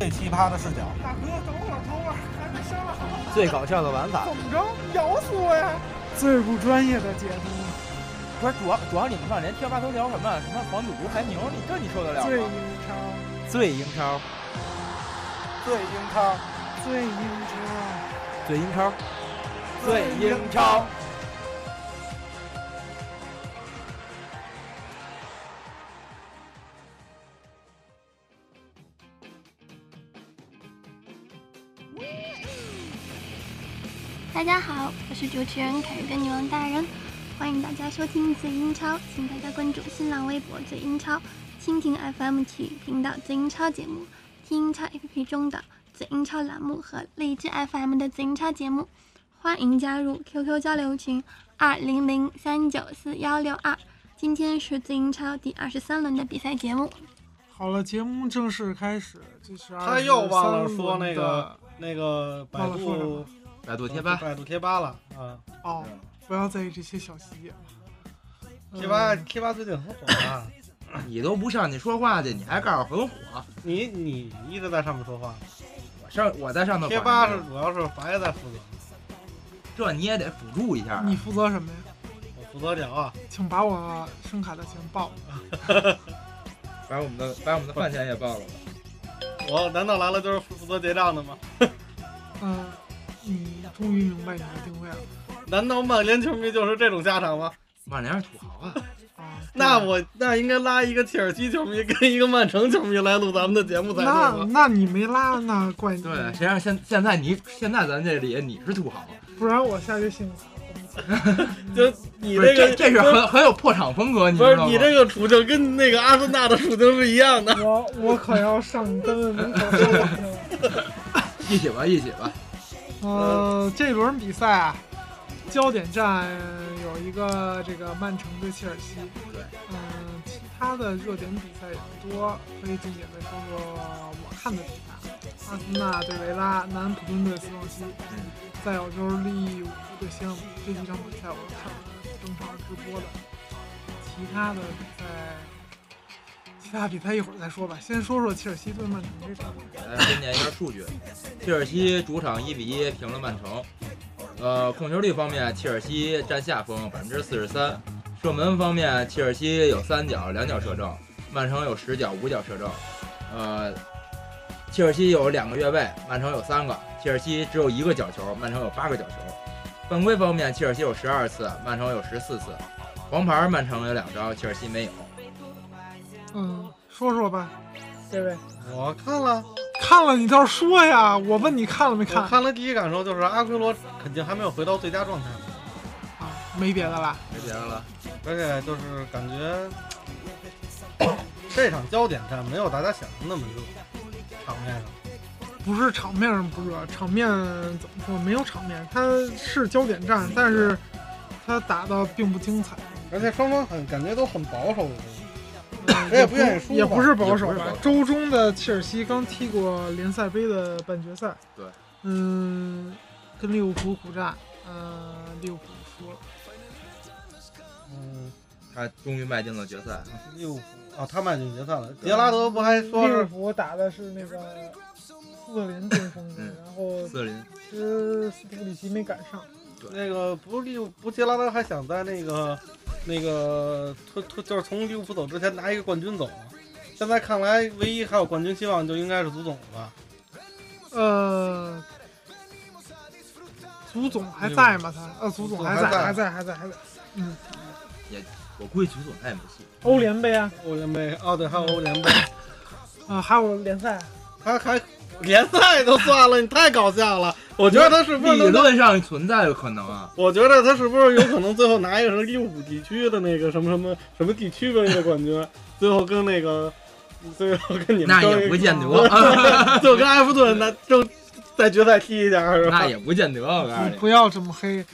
最奇葩的视角，大哥，等会儿，等会儿，还没上。最搞笑的玩法。怎么着？哎咬死我呀！最不专业的解读，不是主要主要你们上连贴吧都聊什么什么黄赌毒还牛，你这你受得了最英吗？超，最英超，最英超，最英超，最英超，最英超。大家好，我是主持人凯瑞跟女王大人，欢迎大家收听最英超，请大家关注新浪微博最英超、蜻蜓 FM 体育频道最英超节目、听英超 APP 中的最英超栏目和荔枝 FM 的最英超节目，欢迎加入 QQ 交流群二零零三九四幺六二。今天是最英超第二十三轮的比赛节目，好了，节目正式开始。这是他又忘了说那23轮的个那个百忘了说什度么百哎度贴吧，百度贴吧了啊。哦，不要在意这些小细节了。贴吧嗯贴吧最近很火 啊，你都不上去说话去，你还告诉我很火。你你一直在上面说话，啊我上我在上头管贴吧嗯是主要是白爷在负责，这你也得辅助一下啊。你负责什么呀？我负责聊啊。请把我声卡的钱报了。把我们的把我们的饭钱也报 了吧。我难道来了就是负责结账的吗？嗯，你终于明白你的定位了难道曼联球迷就是这种下场吗？曼联是土豪啊，啊！那我那应该拉一个切尔西球迷跟一个曼城球迷来录咱们的节目才那对吧？那你没拉，那怪 你。对，谁让现现在你现在咱这里你是土豪，不然我下月信了。嗯就你不是这这这个是很很有破场风格，你不知是道吗？你这个处境跟那个阿森纳的处境是一样的。我我可要上你单位门口上网去了。一起吧，一起吧。呃，这轮比赛啊，焦点战有一个这个曼城对切尔西。对。嗯、其他的热点比赛也不多，所以重点再说说我看的比赛：阿森纳对维拉，南安普敦对斯旺西，再有就是利物浦对西汉姆。这几场比赛我都看了，正常直播的。其他的比赛，其他比赛一会儿再说吧，先说说切尔西对曼城这场。来先念一下数据：切尔西主场一比一平了曼城。呃，控球率方面，切尔西占下风，百分之四十三。射门方面，切尔西有三脚，两脚射正；曼城有十脚，五脚射正。呃，切尔西有两个越位，曼城有三个；切尔西只有一个角球，曼城有八个角球。犯规方面，切尔西有十二次，曼城有十四次。黄牌，曼城有两张，切尔西没有。嗯，说说吧，这位。我看了，看了你倒是说呀！我问你看了没我看？看了第一感受就是阿奎罗肯定还没有回到最佳状态，啊，没别的了。没别的了，而且就是感觉这场焦点战没有大家想的那么热，场面上。不是场面上不热，场面怎么说？没有场面，它是焦点战，但是它打的并不精 彩，而且双方很感觉都很保守的，嗯谁也不愿意输吧也不是保守也不吧是保守？周中的切尔西刚踢过联赛杯的半决赛，对，嗯，跟利物浦苦战，呃，利物浦输了，嗯，他终于迈进了决赛。利物浦啊，他迈进决赛了。杰拉德不还说利物是浦打的是那个四连巅峰的，嗯然后四零斯斯图里奇没赶上。那个不利物不杰拉德还想在那个那个突突就是从利物浦走之前拿一个冠军走吗？现在看来，唯一还有冠军希望就应该是足总了吧？呃，足总还在吗？他呃，足总还在，足总还还在，还在，还在。嗯，我估计足总他也没戏。欧联杯啊，欧联杯哦，对，还有欧联杯，啊，还有联赛，他还联赛都算了，你太搞笑了。我觉得他是不是理能够？论上存在的可能啊，我觉得他是不是有可能最后拿一个什么利物浦地区的那个什么什么什么地区杯的冠军，最后跟那个最后跟你们那争一也个不见 得，啊 就跟埃弗顿那就在决赛踢一下是吧？那也不见得。我告诉你你，不要这么黑。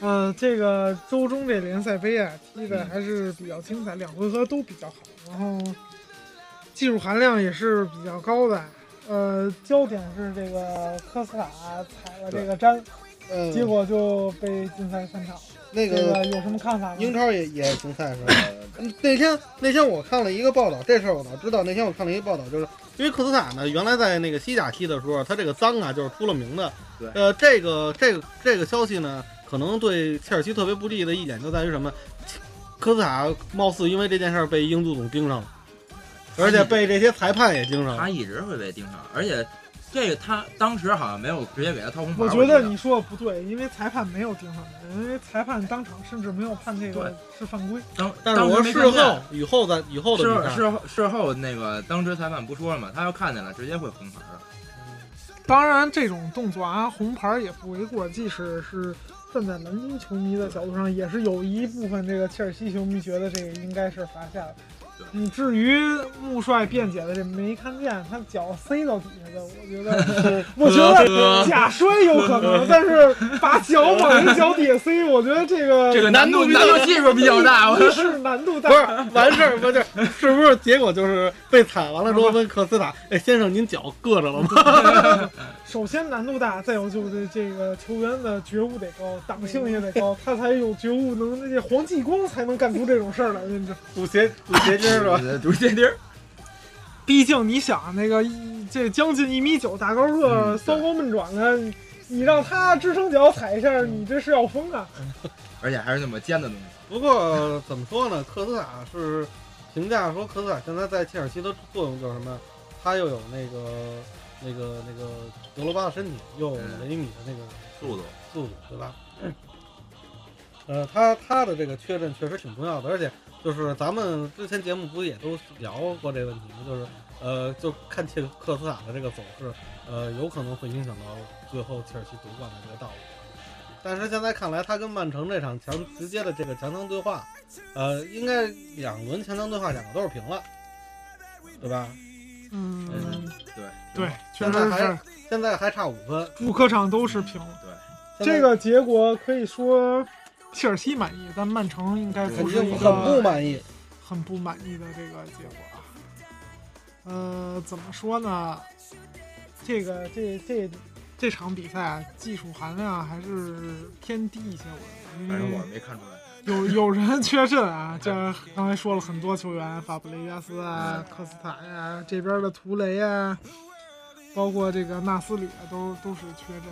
呃，这个周中这联赛杯啊，踢的还是比较精彩，两回合都比较好，然后技术含量也是比较高的。呃，焦点是这个科斯塔踩了这个毡，嗯结果就被禁赛三场。那这个个有什么看法吗？英超也也停赛是吧？嗯那天那天我看了一个报道，这事儿我早知道。那天我看了一个报道，就是因为克斯塔呢，原来在那个西甲踢的时候，他这个脏啊，就是出了名的。对呃，这个这个这个消息呢，可能对切尔西特别不利的一点就在于什么？科斯塔貌似因为这件事儿被英足总盯上了，而且被这些裁判也盯上了他。一直会被盯上，而且这个他当时好像没有直接给他掏红牌。我我觉得记你说的不对，因为裁判没有盯上人，因为裁判当场甚至没有判这个是犯规。当但是我当时没事看见后以后的以后的比事赛，事后事后那个当时裁判不说了嘛，他要看见了直接会红牌的。当然，这种动作啊，红牌也不为过，即使是站在南京球迷的角度上，也是有一部分这个切尔西球迷觉得这个应该是罚下的对。你至于穆帅辩解的这没看见，他脚塞到底下的，我觉 得，我觉得假摔有可能，但是把脚往人脚底下塞，我觉得这个这个难度比难较度系数比较大， 我一是难度大不，是完事儿，不是是不是结果就是被踩完了之后问科斯塔，哎先生您脚硌着了吗？ 首先难度大，再有就是这个球员的觉悟得高，党性也得高，他才有觉悟，能那些黄继光才能干出这种事儿来。你知道 补鞋补鞋筋儿 是吧？主接钉儿， 毕竟你想那个一这将近一米九大高个，嗯骚高闷转的，你你让他支撑脚踩一下，你这是要疯啊！而且还是那么尖的东西。不过怎么说呢，科斯塔是评价说科斯塔现在在切尔西的作用就是什么？他又有那个那个那个德罗巴的身体，又有雷米的那个速度，速度，对吧？嗯呃，他他的这个缺阵确实挺重要的，而且就是咱们之前节目不也都聊过这个问题吗？就是呃，就看切克斯塔的这个走势，呃，有可能会影响到最后切尔西夺冠的这个道路。但是现在看来，他跟曼城这场强直接的这个强强对话，呃，应该两轮强强对话两个都是平了，对吧？嗯，对对，，确现在实还是现在还差五分，主客场都是嗯平了。现在这个结果可以说切尔西满意，但曼城应该肯不是定一很不个满意。很不满意的这个结果啊。呃，怎么说呢？这个这这这场比赛啊，技术含量还是偏低一些，我反认为正因我为没看出来。有有人缺阵啊，这刚才说了很多球员，法布雷加斯啊、科斯塔呀、这边的图雷啊，包括这个纳斯里啊，都都是缺阵。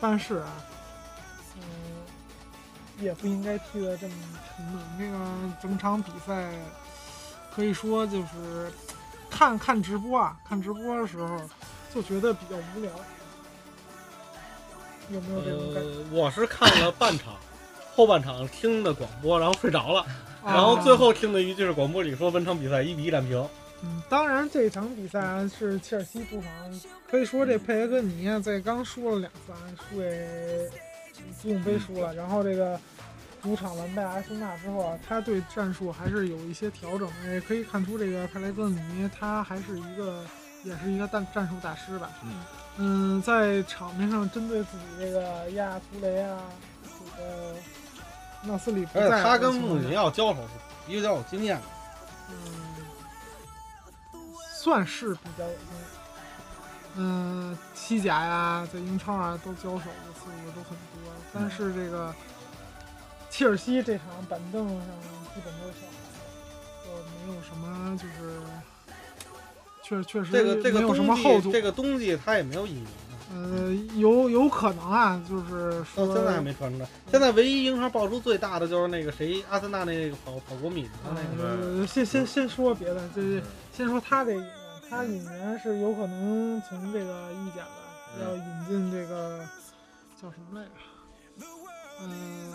但是啊，嗯，也不应该踢得这么沉闷。那个整场比赛可以说就是看看直播啊，看直播的时候就觉得比较无聊。有没有这种感觉？呃，我是看了 半场，后半场听的广播，然后睡着了，啊呃然后最后听的一句是广播里说本场比赛一比一战平。嗯，当然这场比赛啊是切尔西主场，可以说这佩雷格尼啊，在刚输了两次啊，输给足总杯输了，然后这嗯个主场完败阿森纳之后啊，他对战术还是有一些调整，也可以看出这个佩雷格尼他还是一个也是一个战战术大师吧。嗯嗯，在场面上针对自己这个亚图雷啊，这个纳斯里不而在且的情况下，他跟穆里尼奥交手是比较有经验的，嗯，算是比较有经验。嗯，西甲呀，在英超啊都交手的次数都很多，但是这个切尔西这场板凳上基本都是小孩，就没有什么就是确确实这个这嗯个没有什么冬后季座。这个冬季他也没有引援，呃，有有可能啊，就是到说现在还没传出嗯来。现在唯一英超爆出最大的就是那个谁，阿森纳那个跑跑国米的那个。呃，先先先说别的，嗯这先说他这引援，他引援是有可能从这个意甲的，嗯要引进这个叫什么来着？嗯、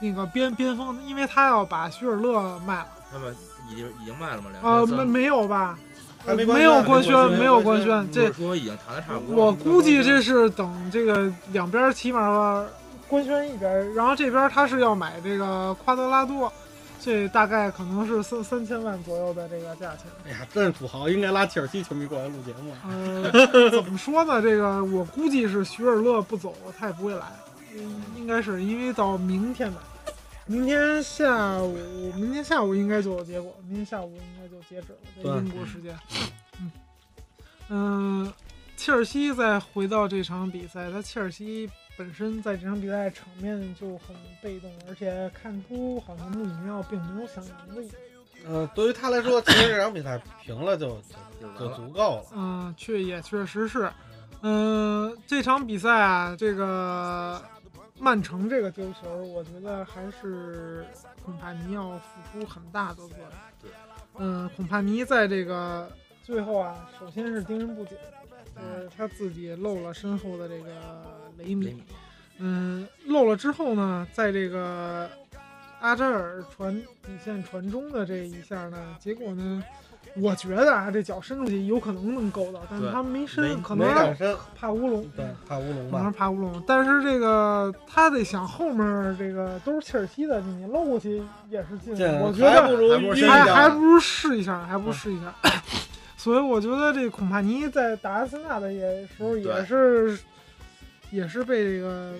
那个边边锋，因为他要把徐尔勒卖了他们已经已经卖了吗？两啊、个没三没有吧？还没官宣没有官还没官宣没有官还宣，不这是说已经谈的差不多我了吗？估计这是等这个两边起码官宣一边，然后这边他是要买这个夸德拉多，这大概可能是三三千万左右的这个价钱。哎呀，真是土豪，应该拉切尔西球迷过来录节目。呃，怎么说呢？这个我估计是徐尔勒不走，他也不会来，嗯应该是因为到明天吧。明天下午，明天下午应该就有结果。明天下午应该就截止了，在英对国时间。嗯，呃嗯，切尔西再回到这场比赛，他切尔西本身在这场比赛场面就很被动，而且看出好像穆里尼奥并没有想赢的意思。呃，对于他来说，其实这场比赛平了就就完就了。足够了。嗯，确也确实是，嗯、这场比赛啊，这个曼城这个丢球，我觉得还是孔帕尼要付出很大的作用。对，嗯，孔帕尼在这个最后啊，首先是盯人不紧，呃，他自己漏了身后的这个雷米，雷米嗯，漏了之后呢，在这个阿扎尔传底线传中的这一下呢，结果呢，我觉得啊，这脚伸出去有可能能够到，但是对他没没伸，可没能敢伸，怕乌龙，对，怕乌龙可能吧。怕乌龙。但是这个他得想后面这个都是切尔西的，你漏过去也是进这，我觉还不还得如不如预伸还一还脚料。不如试一下，还不如试一下。 所以我觉得这孔帕尼在打阿森纳的也时嗯候也对是，也是被这个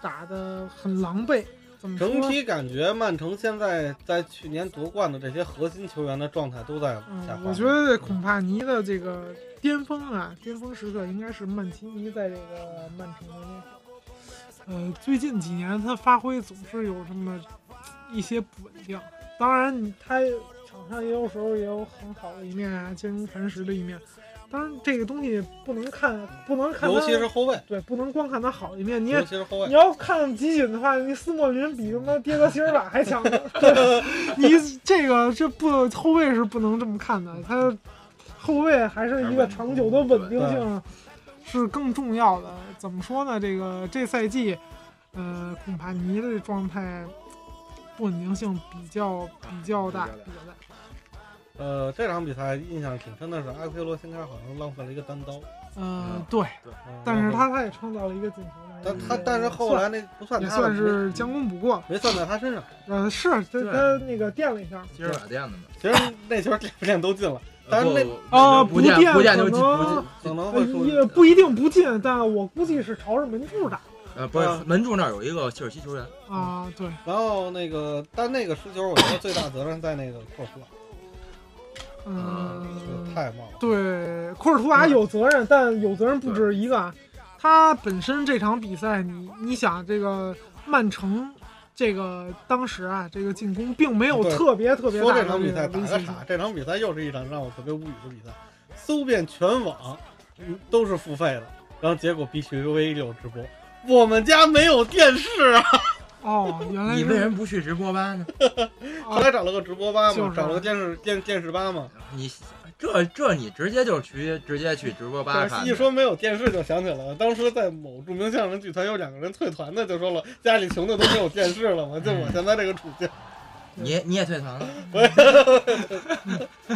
打的很狼狈。怎么说整体感觉曼城现在在去年夺冠的这些核心球员的状态都在下滑嗯，。我觉得孔帕尼的这个巅峰啊，巅峰时刻应该是曼奇尼在这个曼城的那会儿。呃，最近几年他发挥总是有这么一些不稳定。当然你，他场上也有时候也有很好的一面啊，坚如磐石的一面。当然，这个东西不能看，不能看他，尤其是后卫，对，不能光看他好的一面，你也尤其是后 卫你。要看集锦的话，你斯莫林比他妈迭戈席尔瓦还 强呢。对你这个这不后卫是不能这么看的，他后卫还是一个长久的稳定性是更重要的。怎么说呢？这个这赛季，呃，孔帕尼的状态不稳定性比较比较大，比较大。呃，这场比赛印象挺深的是阿奎罗先开始好像浪费了一个单刀，呃，对，嗯但是浪他他也创造了一个进球嘛。费了但也他但是后来那不算也他的算是将功补过。没没算在他身上。呃，是他对他那个垫了一下。今儿咋垫的呢？其实那球练不练都进了，但呃是不那啊不不见垫不见就可进能不进可能会输。呃也不一定不进，但我估计是朝着门柱打呃，不是啊门柱那儿有一个切尔西球员，啊。对，然后那个，但那个失球，我觉得最大责任在那个库尔图瓦，这嗯，太冒了。对，库尔图瓦有责任，但有责任不止一个啊。他本身这场比赛，你你想这个曼城。这个当时啊，这个进攻并没有对特别特别说大的这场比赛打威个胁性岔，这场比赛又是一场让我特别无语的比赛，搜遍全网，嗯都是付费的，然后结果必须 V 六直播，我们家没有电视啊，哦，原来你是为什么不去直播吧呢？后来找了个直播吧就嘛，是啊找了个电视电电视吧嘛，你这这你直接就去直接去直播吧看一。说没有电视就想起来了，当时在某著名相声剧团有两个人退团的，就说了家里穷的都没有电视了嘛，就我现在这个处境，你你也退团了？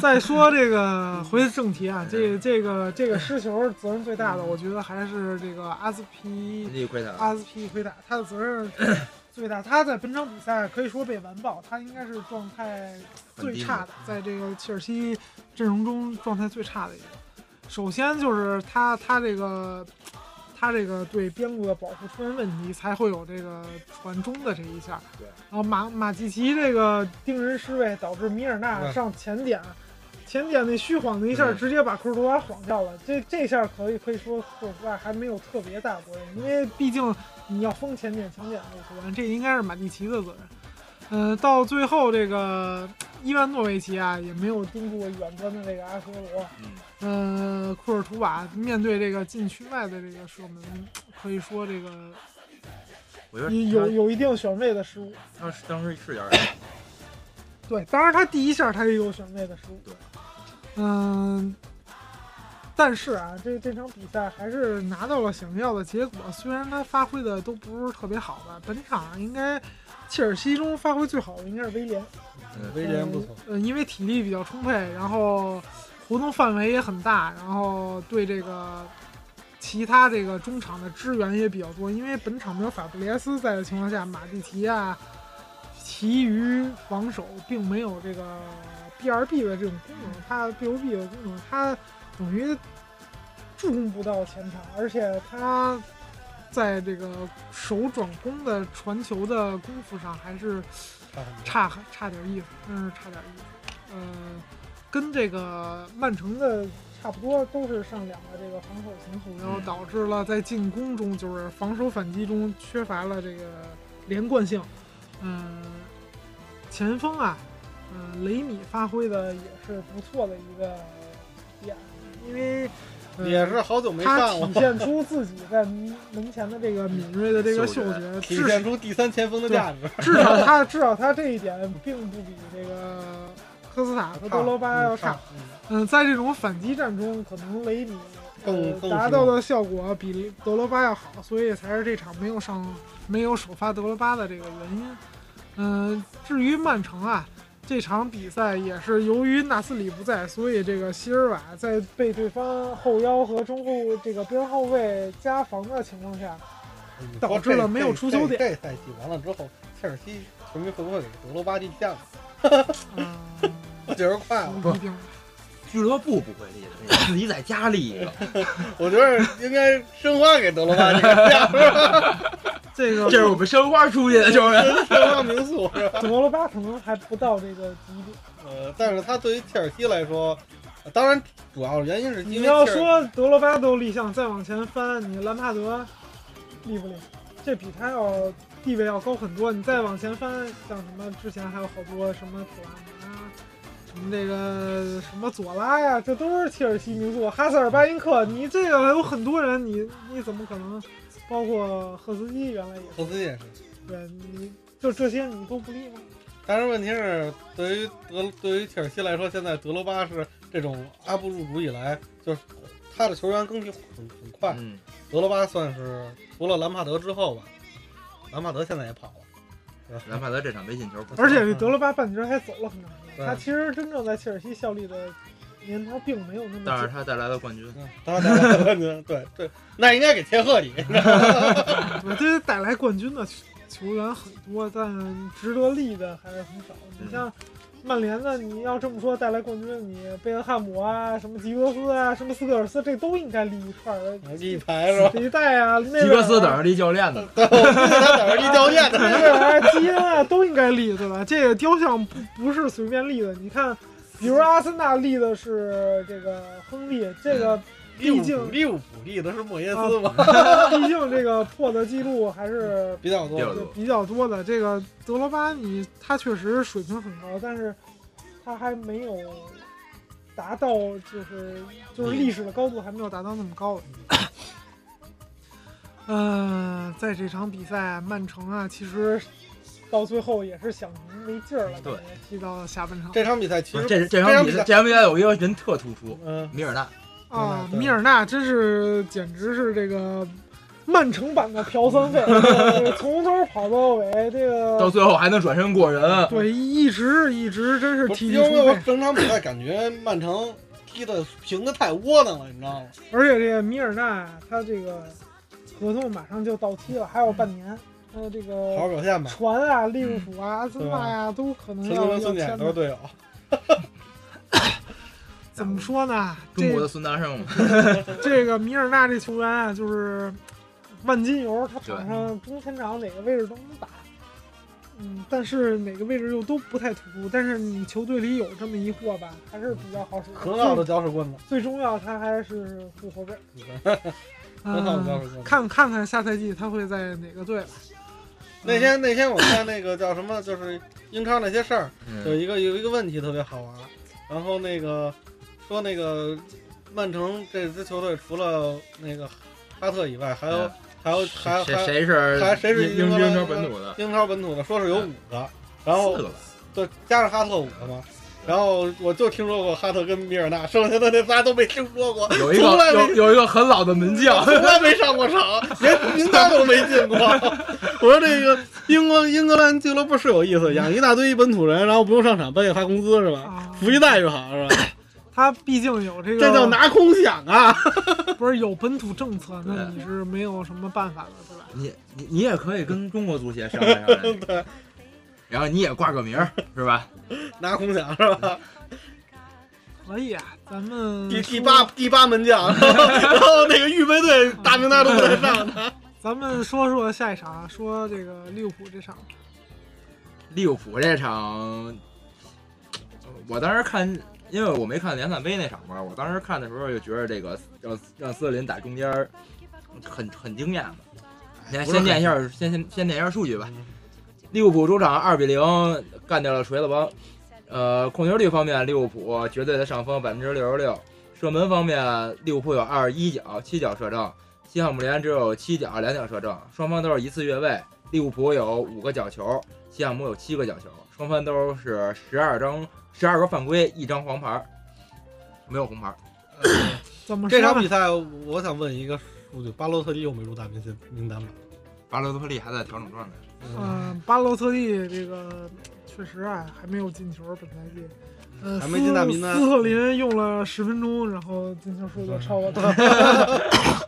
再说这个，回正题 啊，这这个这个失球责任最大的，我觉得还是这个阿斯皮你亏他了。阿斯皮奎达，他的责任最大。他在本场比赛可以说被完爆，他应该是状态最差的，在这个切尔西阵容中状态最差的一个。首先就是他他这个他这个对边路的保护出现问题，才会有这个传中的这一下。对，然后马马季奇这个盯人失位，导致米尔纳嗯上前点。前点那虚晃的一下，嗯直接把库尔图瓦晃掉了。这这下可以可以说库尔图瓦还没有特别大作用，因为毕竟你要封前点、抢点的球员，这应该是马蒂奇的责任。呃，到最后这个伊万诺维奇啊，也没有盯住远端的这个阿奎罗。嗯，呃，库尔图瓦面对这个禁区外的这个射门，可以说这个我觉有得有一定选位的失误。他他当时是有点儿对，当然他第一下他也有选位的失误。对，嗯，但是啊，这这场比赛还是拿到了想要的结果。虽然他发挥的都不是特别好吧，本场应该切尔西中发挥最好的应该是威廉，威廉不错。呃，因为体力比较充沛，然后活动范围也很大，然后对这个其他这个中场的支援也比较多。因为本场没有法布雷斯在的情况下，马蒂奇啊，其余防守并没有这个 BRB 的这种功能，他 BOB 的功能，他等于助攻不到前场，而且他。在这个手转攻的传球的功夫上，还是差很多差差点意思，真是差点意思。呃，跟这个曼城的差不多都是上两个这个防守型后腰，嗯导致了在进攻中就是防守反击中缺乏了这个连贯性。嗯，前锋啊，嗯，雷米发挥的也是不错的一个点，因为、嗯也是好久没他上体了，现出自己在门前的这个敏锐的这 个嗅觉，体至现出第三前锋的价值。至少他至少他这一点并不比这个科斯塔和德罗巴要差。嗯，在这种反击战中，可能雷米呃更更达是到的效果比德罗巴要好，所以才是这场没有上没有首发德罗巴的这个原因。嗯，至于曼城啊，这场比赛也是由于纳斯里不在，所以这个席尔瓦在被对方后腰和中后这个边后卫夹防的情况下，嗯你导说致这了没有这出这球点这赛季完了之后，切尔西球迷会不会给德罗巴立像？ 嗯，我觉得快了，不一定俱乐部不会立的，自己在家立一个。我觉得应该申花给德罗巴立个像，是吧？ 这个这是我们申花出去的球员，申花名宿是吧？ 德罗巴可能还不到这个级别。呃，但是他对于切尔西来说，呃当然主要原因是因为你要切尔说德罗巴都立项，再往前翻，你兰帕德立不立？这比他要地位要高很多。你再往前翻，像什么之前还有好多什么普拉姆啊，什么这个什么佐拉呀，这都是切尔西名宿。哈塞尔巴因克，你这个有很多人，你你怎么可能？包括赫斯基原来也是，投资也是。对，你就这些你都不立吗？但是问题是，对于德对于切尔西来说，现在德罗巴是这种阿布入主以来，就是他的球员更替很很快。嗯，德罗巴算是除了兰帕德之后吧，兰帕德现在也跑了，兰帕德这场没进球，不错 而且德罗巴半截还走了很长时对间，他其实真正在切尔西效力的年头并没有那么久但是。他带来了冠军。嗯当然带来冠军，对对，那应该给切赫里。我觉得带来冠军的球球员很多，但值得立的还是很少。嗯你像曼联的，你要这么说，带来冠军，你贝克汉姆啊，什么吉格斯啊，什么斯科尔斯，这都应该立一块儿。立牌是吧？这一代啊，内哎吉维格尔斯等啊着立教练呢，对，我估计他在这立教练呢。内维尔啊，基恩啊，都应该立，对吧？这个雕像不不是随便立的。你看，比如阿森纳立的是这个亨利，这个利物 毕竟浦利物浦立的是莫耶斯嘛， 毕竟这个破的记录还是比较多比。较对多比较多的。这个德罗巴你，他确实水平很高，但是他还没有达到，就是就是历史的高度还没有达到那么高。 嗯、在这场比赛，曼城啊，其实到最后也是想赢没劲儿了，对感觉踢到下半场这场比赛其不是实，啊这这这场场比比赛赛这场比赛有一个人特突出，嗯，米尔纳。啊，对米尔纳真是简直是这个。曼城版的朴三费，就是从头跑到尾，这个到最后还能转身过人，啊对，一直一直真是不是体因力充为我沛，整场比赛感觉曼城踢的平的太窝囊了，你知道吗？而且这个米尔纳他这个合同马上就到期了，还有半年，还有这嗯好好个表现吧。船啊、利物浦啊、阿森纳呀，都可能陈要嗯坤跟要孙签健都是的。队友，怎么说呢？嗯中国这的孙大圣嘛， 这个米尔纳这球员啊，就是万金油，他场上中前场哪个位置都能打。嗯，但是哪个位置又都不太突出，但是你球队里有这么一货吧，还是比较好使的。很好的搅屎棍子，最，最重要他还是护后 卫。很好的嗯搅屎棍子。看看看下赛季他会在哪个队嗯吧。那天那天我看那个叫什么，就是英超那些事儿，有嗯一个有一个问题特别好玩，然后那个说那个曼城这支球队除了那个哈特以外，还有嗯还有还有谁还有谁是还谁是英英格兰英超本土的？英超本土的，说是有五个，然后四个吧，就加上哈特五个嘛。然后我就听说过哈特跟米尔纳，剩下的那仨都没听说过，有一从来个没有有一个很老的门将， 从来没上过场，连名单都没进过。 我说这个英国英格兰俱乐部是有意思，养一大堆本土人，然后不用上场，半夜发工资是嗯吧？啊，福利待遇好是吧？他毕竟有这个，这叫拿空想啊！不是有本土政策，对那你是没有什么办法的，对吧？你你你也可以跟中国足协商量商量， 对，然后你也挂个名儿是吧？ 拿空想是吧？可以啊，咱们说第第八，第八门 将，然后然后那个预备队大名单都不带 上的。咱们说说下一场啊，说这个利物浦这场，利物浦这场，我当时看因为我没看联赛杯那场嘛，我当时看的时候就觉得这个让让斯特林打中间儿很很惊讶嘛。你看，哎不是先念一很下，先先先念一下数据吧。嗯利物浦主场二比零干掉了锤子帮。呃，控球率方面，利物浦绝对的上风，百分之六十六。射门方面，利物浦有二十一脚，七脚射正；西汉姆联只有七脚，两脚射正。双方都是一次越位，利物浦有五个角球，西汉姆有七个角球，双方都是十二张十二个犯规，一张黄牌，没有红牌。怎么这说场呢比？赛，我想问一个数据：巴洛特利又没入大名单名单吧？巴洛特利还在调整状态。嗯，嗯，巴洛特利这个确实啊，还没有进球本赛季。呃，还没进大名斯单斯特林用了十分钟，然后进球数就超嗯 过他。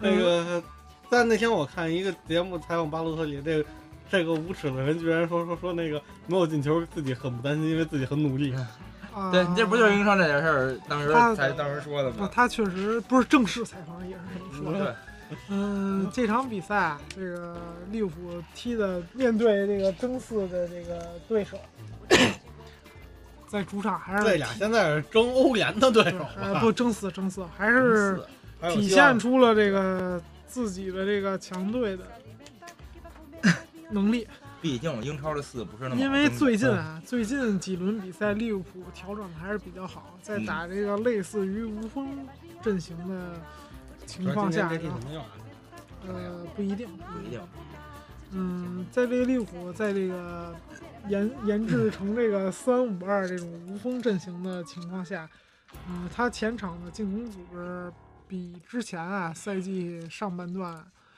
那个，但那天我看一个节目采访巴洛特利，这个这个无耻的人居然说说说那个没有进球，自己很不担心，因为自己很努力。啊，对，这不就是英超这件事儿，当时才当时说的不，吗？他确实不是正式采访，也是这么说的。对，嗯，这场比赛啊，这个利物浦踢的面对这个争四的这个对 手，在主场还是这俩现在是争欧联的对手对还是了，嗯哎不争四争四，还是还有体希望现出了这个自己的这个强队的能力。毕竟英超的四不是那么好因为最近争的啊，嗯最近几轮比赛，利物浦调整的还是比较好，在嗯打这个类似于无锋阵型的主情要今况天下，这踢然什后么样啊？呃，不一定，不一定。嗯，在这个利物浦在这个研研制成这个三五二这种无锋阵型的情况下，嗯，他前场的进攻组织比之前啊赛季上半段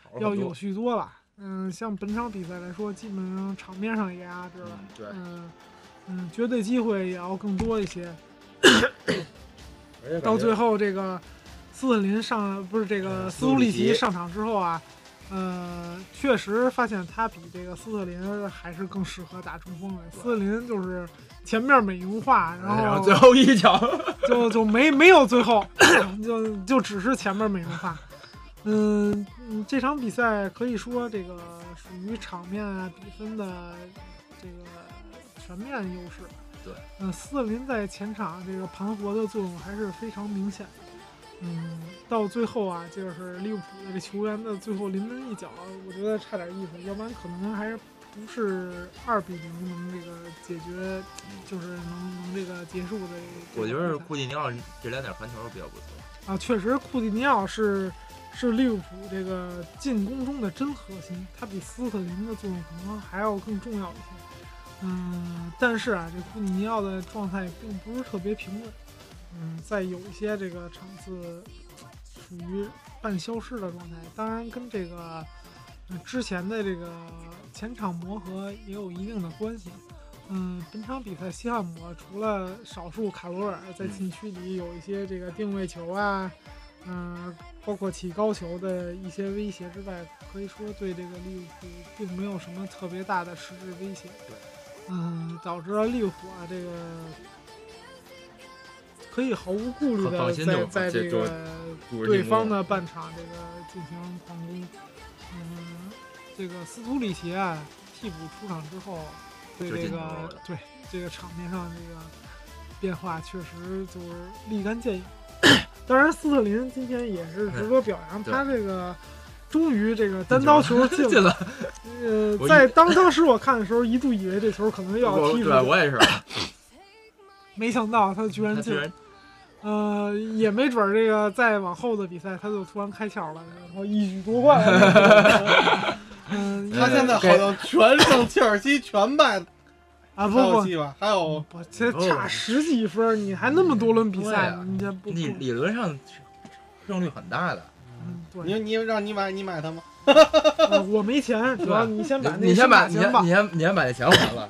好了要哦很多有序多了。嗯，像本场比赛来说，基本上场面上也压制了嗯，对，嗯嗯，绝对机会也要更多一些。而且到感觉最后这个斯特林上不是这个嗯斯斯图里图里奇奇上场之后啊，呃，确实发现他比这个斯特林还是更适合打中锋的。斯特林就是前面美容化，哎然然后后最后一脚， 就就没没有最后， 就就只是前面美容化。嗯，嗯这场比赛可以说这个属于场面啊比分的这个全面优势。对，嗯，斯特林在前场这个盘活的作用还是非常明显的。嗯，到最后啊，就是利物浦的这球员的最后临门一脚，我觉得差点意思，要不然可能还是不是二比零能这个解决，就是能能这个结束的这 嗯个我比赛。觉得库蒂尼奥这两点传球比较不错。啊，确实库蒂尼奥是是利物浦这个进攻中的真核心，他比斯特林的作用可能还要更重要一些。嗯，但是啊，这库蒂尼奥的状态并不是特别平稳，嗯，在有一些这个场次属于半消失的状态。当然，跟这个、呃之前的这个前场磨合也有一定的关系。嗯，本场比赛西汉姆啊除了少数卡罗尔在禁区里有一些这个定位球啊，嗯、包括起高球的一些威胁之外，可以说对这个利物浦并没有什么特别大的实质威胁。对，嗯，导致了利物浦啊这个可以毫无顾虑很放的心在地在这这就个主人对进攻方的半场这个进行狂攻。嗯，这个斯图里奇啊，替补出场之后，对就这进球个了对这个场面上这个变化确实就是立竿 见影。当然，斯特林今天也是值得表扬，哎对他这个终于这个单刀 球进进了。了，呃我，一在当当时我看的时候，一度以为这球可能又 要我踢出对啊去，我 也是，没想到他居然他居进了。然呃，也没准儿这个再往后的比赛，他就突然开窍了，然后一举夺冠了。嗯，他现在好像全胜切尔西， 全败啊不嗯还有不戏吧？还有不，这差十几分儿，你还那么多轮比对赛，啊你这不理不理论上胜率很大的。嗯你对，你让你买你买它吗？呃我没钱，主要你先把那啊你先把把你先吧你。先你先把那钱还 了，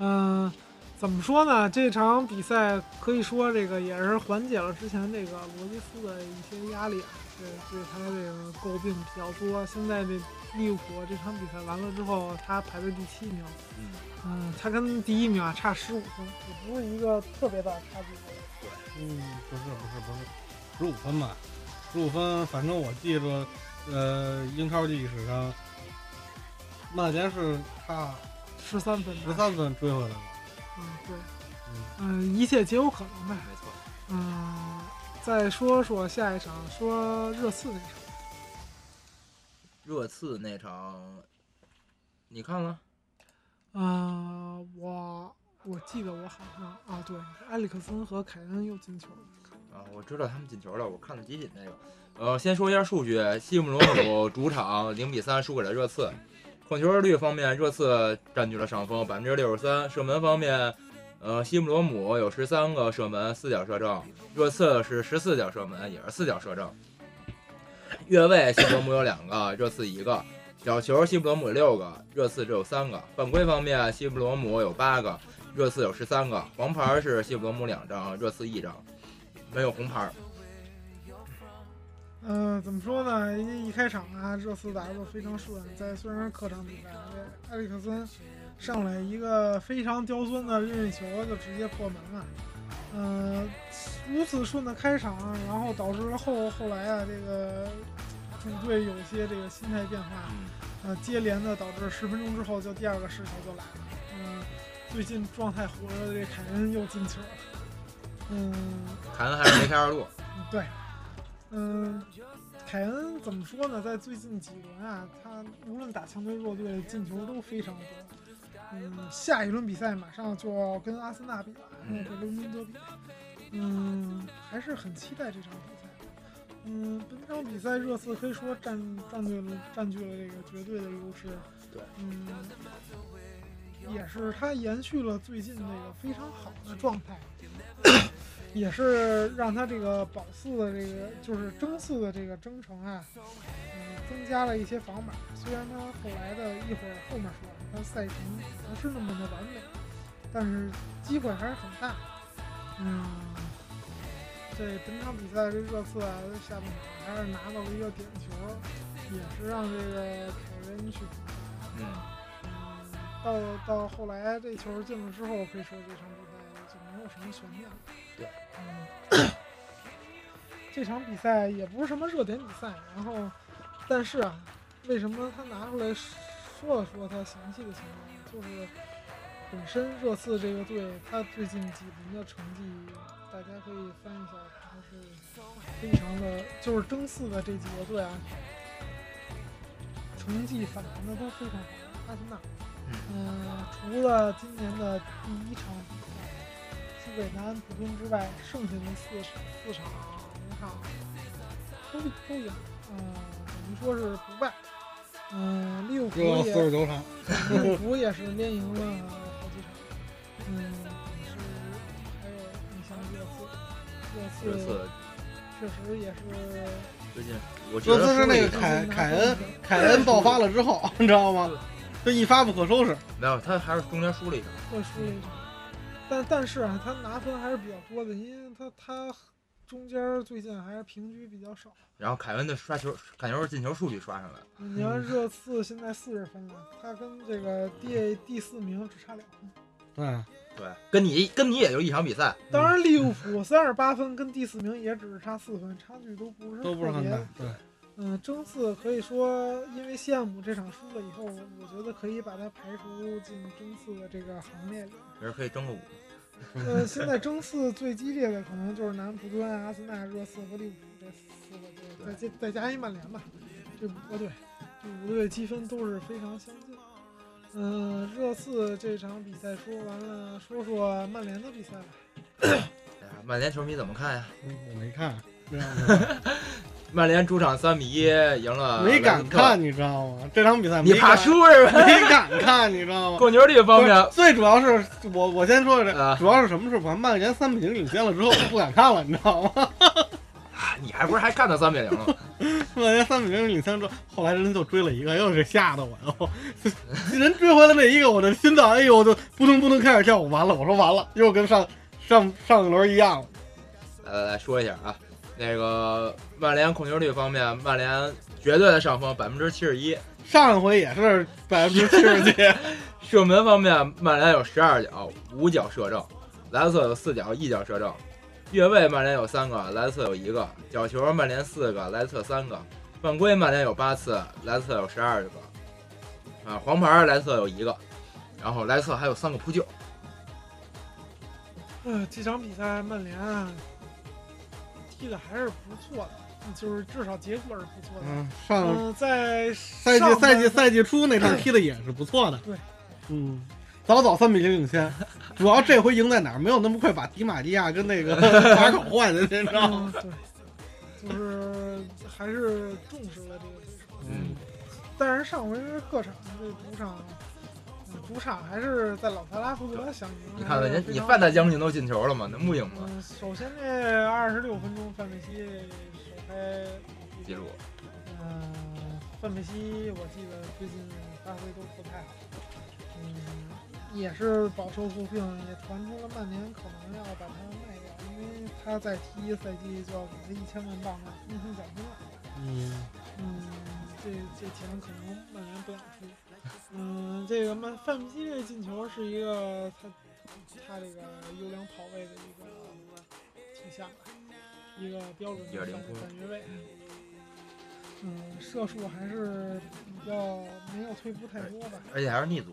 嗯、怎么说呢？这场比赛可以说这个也是缓解了之前这个罗杰斯的一些压力啊，对对他这个诟病比较多。现在这利物浦这场比赛完了之后，他排在第七名，嗯嗯，他跟第一名啊差十五分，也不是一个特别大的差距。嗯，不是不是不是，十五分吧，十五分，反正我记着，呃，英超历史上，曼联是差十三分吧，十三分追回来了。嗯对，嗯嗯、一切皆有可能呗。没错，嗯、再说说下一场，说热刺那场，热刺那场你看了？啊、我我记得我好像啊，对，埃里克森和凯恩又进球了。啊，我知道他们进球了，我看的集锦那个。呃，先说一下数据，西姆龙有主场零比三输给了热刺，控球率方面热刺占据了上风，百分之六十三。射门方面，呃，西姆罗姆有十三个射门，四脚射正；热刺是十四脚射门，也是四脚射正。越位西姆罗姆有两个，热刺一个；角球西姆罗姆有六个，热刺只有三个。犯规方面，西姆罗姆有八个，热刺有十三个。黄牌是西姆罗姆两张，热刺一张。没有红牌儿，嗯，怎么说呢？一一开场啊，热刺打得非常顺，在虽然是客场比赛，这埃里克森上来一个非常刁钻的任意球就直接破门了。嗯、如此顺的开场，然后导致了后后来啊，这个主队有一些这个心态变化，呃，接连的导致十分钟之后就第二个失球就来了。嗯、最近状态火热的这凯恩又进球了。嗯，凯恩还是梅开二度。对，嗯，凯恩怎么说呢？在最近几轮啊，他无论打强队弱队，进球都非常多。嗯，下一轮比赛马上就要跟阿森纳比了，那个伦敦德比。嗯，还是很期待这场比赛。嗯，本场比赛热刺可以说占占据了占据了这个绝对的优势。对，嗯，也是他延续了最近这个非常好的状态。也是让他这个保四的这个就是争四的这个征程啊，嗯，增加了一些砝码。虽然他后来的一会儿后面说他赛程不是那么的完美，但是机会还是很大。嗯，这本场比赛这热刺啊，下半场还是拿到了一个点球，也是让这个凯恩去补杀。嗯，嗯，到到后来这球进了之后，可以说这场比赛就没有什么悬念了。对，嗯，这场比赛也不是什么热点比赛，然后，但是啊，为什么他拿出来说了说他详细的情况，就是本身热刺这个队，他最近几轮的成绩，大家可以翻一下，还是非常的，就是争四的这几个队啊，成绩反弹的都非常好。阿森纳，嗯、除了今年的第一场比赛输给南安普顿之外，剩下的四四场五场都都赢，嗯、等于说是不败。嗯、利物浦又也四十九 场，嗯利物浦也是连赢了好几场，嗯，是还有你像热刺，这热次刺确实也是，最近我觉这得次是那个输了凯凯恩凯恩爆发了之后， 你知道吗？这一发不可收拾。没有，他还是中间输了一场。会输了一场，但但是啊，他拿分还是比较多的，因为他他中间最近还是平局比较少。然后凯恩的刷球、凯恩进球数据刷上来了，你看热刺现在四十分了，他跟这个第第四名只差两分。对，对，跟你跟你也就一场比赛，当然，利物浦三十八分跟第四名也只是差四分，差距都不是都不是特很别大。对，嗯，争四可以说，因为西汉姆这场输了以后，我觉得可以把它排除进争四的这个行列里。也是可以争个五。呃，现在争四最激烈的可能就是南安普顿、阿森纳、热刺和利物浦这四个队，再加再加一曼联吧，这五个队，这五个队积分都是非常相近。嗯、热刺这场比赛说完了，说说曼联的比赛吧。哎呀，曼联球迷怎么看呀？我没看，知道吗？ 曼联主场三比一赢了，啊没敢看，，你知道吗？这场比赛没你怕敢，输是吧？没敢看，你知道吗？控球率方面，最主要是我我先说这，啊主要是什么事？我曼联三比零领先了之后，我不敢看了，你知道吗？ 啊你还不是还看到三比零了吗？ 曼联三比零领先之后，后来人就追了一个，又是吓得我哟！ 人追回来那一个，我的心脏哎呦，我就扑通扑通开始跳舞，完了，我说完了，又跟上上上一轮一样了。来来来说一下啊，那个曼联控球率方面，曼联绝对的上风，百分之七十一。上一回也是百分之七十几，射门方面，曼联有十二脚，五脚射正；莱斯特有四脚，一脚射正。越位，曼联有三个，莱斯特有一个；角球，曼联四个，莱斯特三个；犯规，曼联有八次，莱斯特有十二个。啊，黄牌，莱斯特有一个，然后莱斯特还有三个扑救。呃，这场比赛曼联啊踢的还是不错的，就是至少结果是不错的。嗯，上嗯，在赛季赛季赛赛季初那场踢的也是不错的。对，嗯，早早三比零领先。主要这回赢在哪儿？没有那么快把迪马利亚跟那个法考换的，你知道吗？嗯，对，就是还是重视了这个对手。嗯，但是上回是客场，这主场，嗯主场还是在老特拉福德想赢。你看看人人，你范大将军都进球了吗？能不赢吗？嗯，首先这二十六分钟，范佩西首开记录。嗯，范佩西我记得最近发挥都不太好，嗯，也是饱受诟病，也传出了曼联可能要把他卖掉，因为他在第一赛季就要给他一千万镑的明星奖金了。嗯，嗯，这这钱可能曼联不想出。嗯，这个曼范佩西这个进球是一个他他这个优良跑位的一个倾向吧，一个标准的1.0反攻反越位。嗯，射术还是比较没有退步太多吧。而且还是逆足，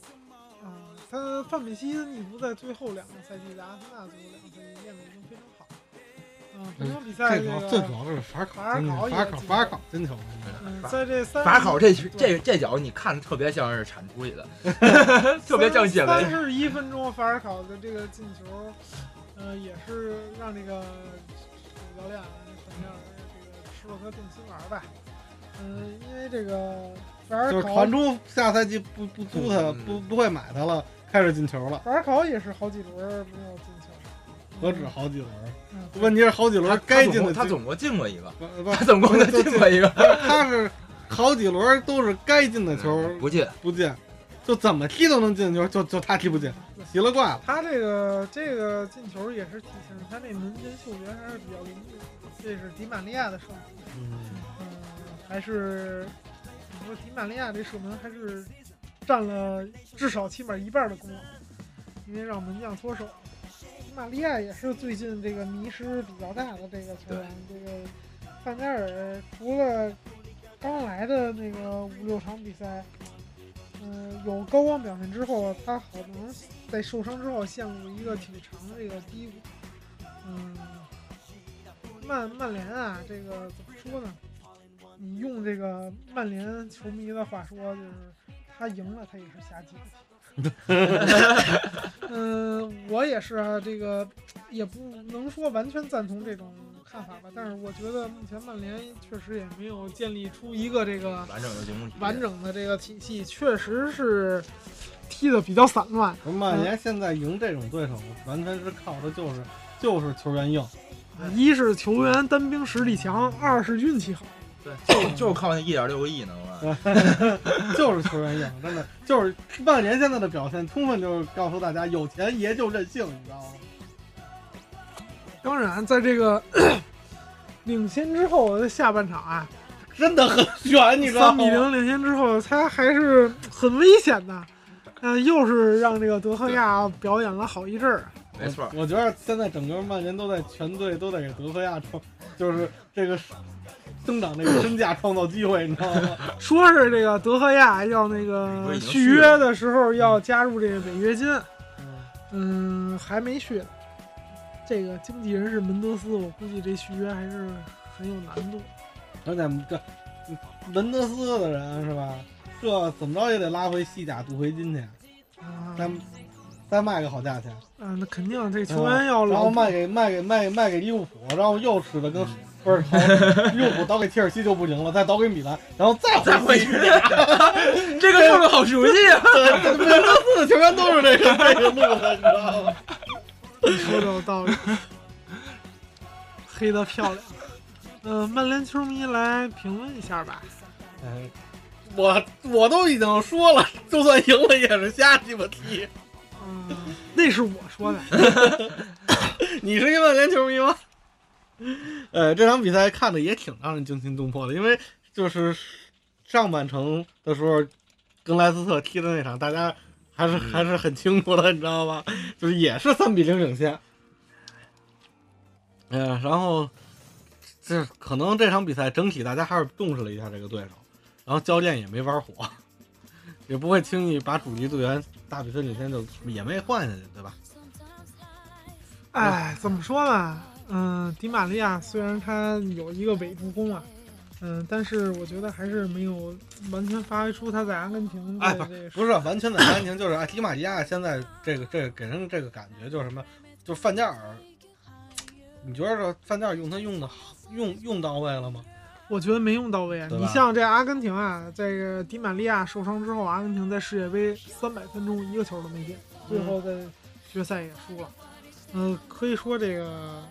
啊、他范佩西逆不在最后两个赛季的阿森纳最后两个赛季练得已经非常好。嗯，本场比赛这这主要个最主要是法考真球，法考法考也法考真球。嗯，法在这三法考这这这脚你看着特别像是铲出去 的，特别像解三围。十一分钟，法尔考的这个进球，呃，也是让这个主教练怎么样，这个吃了颗定心丸吧。嗯、因为这个法就尔是考传，出下赛季不不租他，嗯不不会买他了，开始进球了，法尔考也是好几轮没有进球，何止好几轮？嗯？嗯，问题是好几他轮他该总进共的他进总共进过一个，不不 他总共就进过一 个，他是好几轮都是该进的球不进。不进，就怎么踢都能进球，就就他踢不进，奇了怪了。他这个这个进球也是体现他这门前嗅觉还是比较灵敏的，这是迪玛利亚的射门。嗯，还是怎么说？迪玛利亚这射门还是占了至少起码一半的功劳，因为让门将脱手。迪玛利亚也是最近这个迷失比较大的这个球员，这个范加尔除了刚来的那个五六场比赛，嗯、有高光表现之后，他好像在受伤之后陷入一个挺长的这个低谷。嗯，曼曼联啊，这个怎么说呢？你用这个曼联球迷的话说，就是他赢了，他也是瞎鸡。嗯，我也是啊，这个也不能说完全赞同这种看法吧，但是我觉得目前曼联确实也没有建立出一个这个完整的进攻体系完整的这个体系，确实是踢的比较散乱。曼联现在赢这种对手，完全是靠的就是就是球员硬，一是球员单兵实力强，二是运气好。对，就就靠那一点六个亿能吗？就是球员硬， 真的就是曼联现在的表现，充分就是告诉大家，有钱爷就任性，你知道吗？当然，在这个 领先之后的下半场啊，真的很悬，你知道三吗比？零领先之后，他还是很危险的。嗯、又是让这个德赫亚表演了好一阵儿。没错，我，我觉得现在整个曼联都在全队都在给德赫亚创，就是这个增长这个身价创造机会，你知道吗？ 说是这个德赫亚要那不个是已经续续了约的时候要加入这个违约金，嗯嗯，还没续。这个经纪人是门德斯，我估计这续约还是很有难度。而且这门德斯的人是吧？这怎么着也得拉回西甲镀回金去，啊、再再卖个好价钱，啊，那肯定这球员要然老后卖给卖给卖给卖给利物浦，然后又使得跟、不是好利物浦倒给切尔西就不行了，再倒给米兰，然后再再回回去去。这个套路好熟悉 啊！对，门德斯的球员都是这个这个路子，你知道吗？说的有道理，黑的漂亮。嗯、曼联球迷来评论一下吧。 哎我我都已经说了，就算赢了也是瞎鸡巴踢。嗯、那是我说的。你是一曼联球迷吗？呃，这场比赛看的也挺让人惊心动魄的，因为就是上半程的时候跟莱斯特踢的那场，大家还是嗯还是很清楚的，你知道吧？就是也是三比零领先。嗯、然后这可能这场比赛整体大家还是重视了一下这个对手，然后教练也没玩火，也不会轻易把主力队员大比分领先就也没换下去，对吧？哎，怎么说呢？嗯，迪玛利亚虽然他有一个伪助攻啊，嗯，但是我觉得还是没有完全发挥出他在阿根廷的哎这个水平。不是完全的阿根廷，就是啊，迪玛利亚现在这个这个给人这个感觉就是什么，就是范加尔，你觉得这范加尔用他用的用用到位了吗？我觉得没用到位啊！对吧你像这阿根廷啊，这个迪玛利亚受伤之后，阿根廷在世界杯三百分钟一个球都没进，最嗯后在决赛也输了。嗯、可以说这个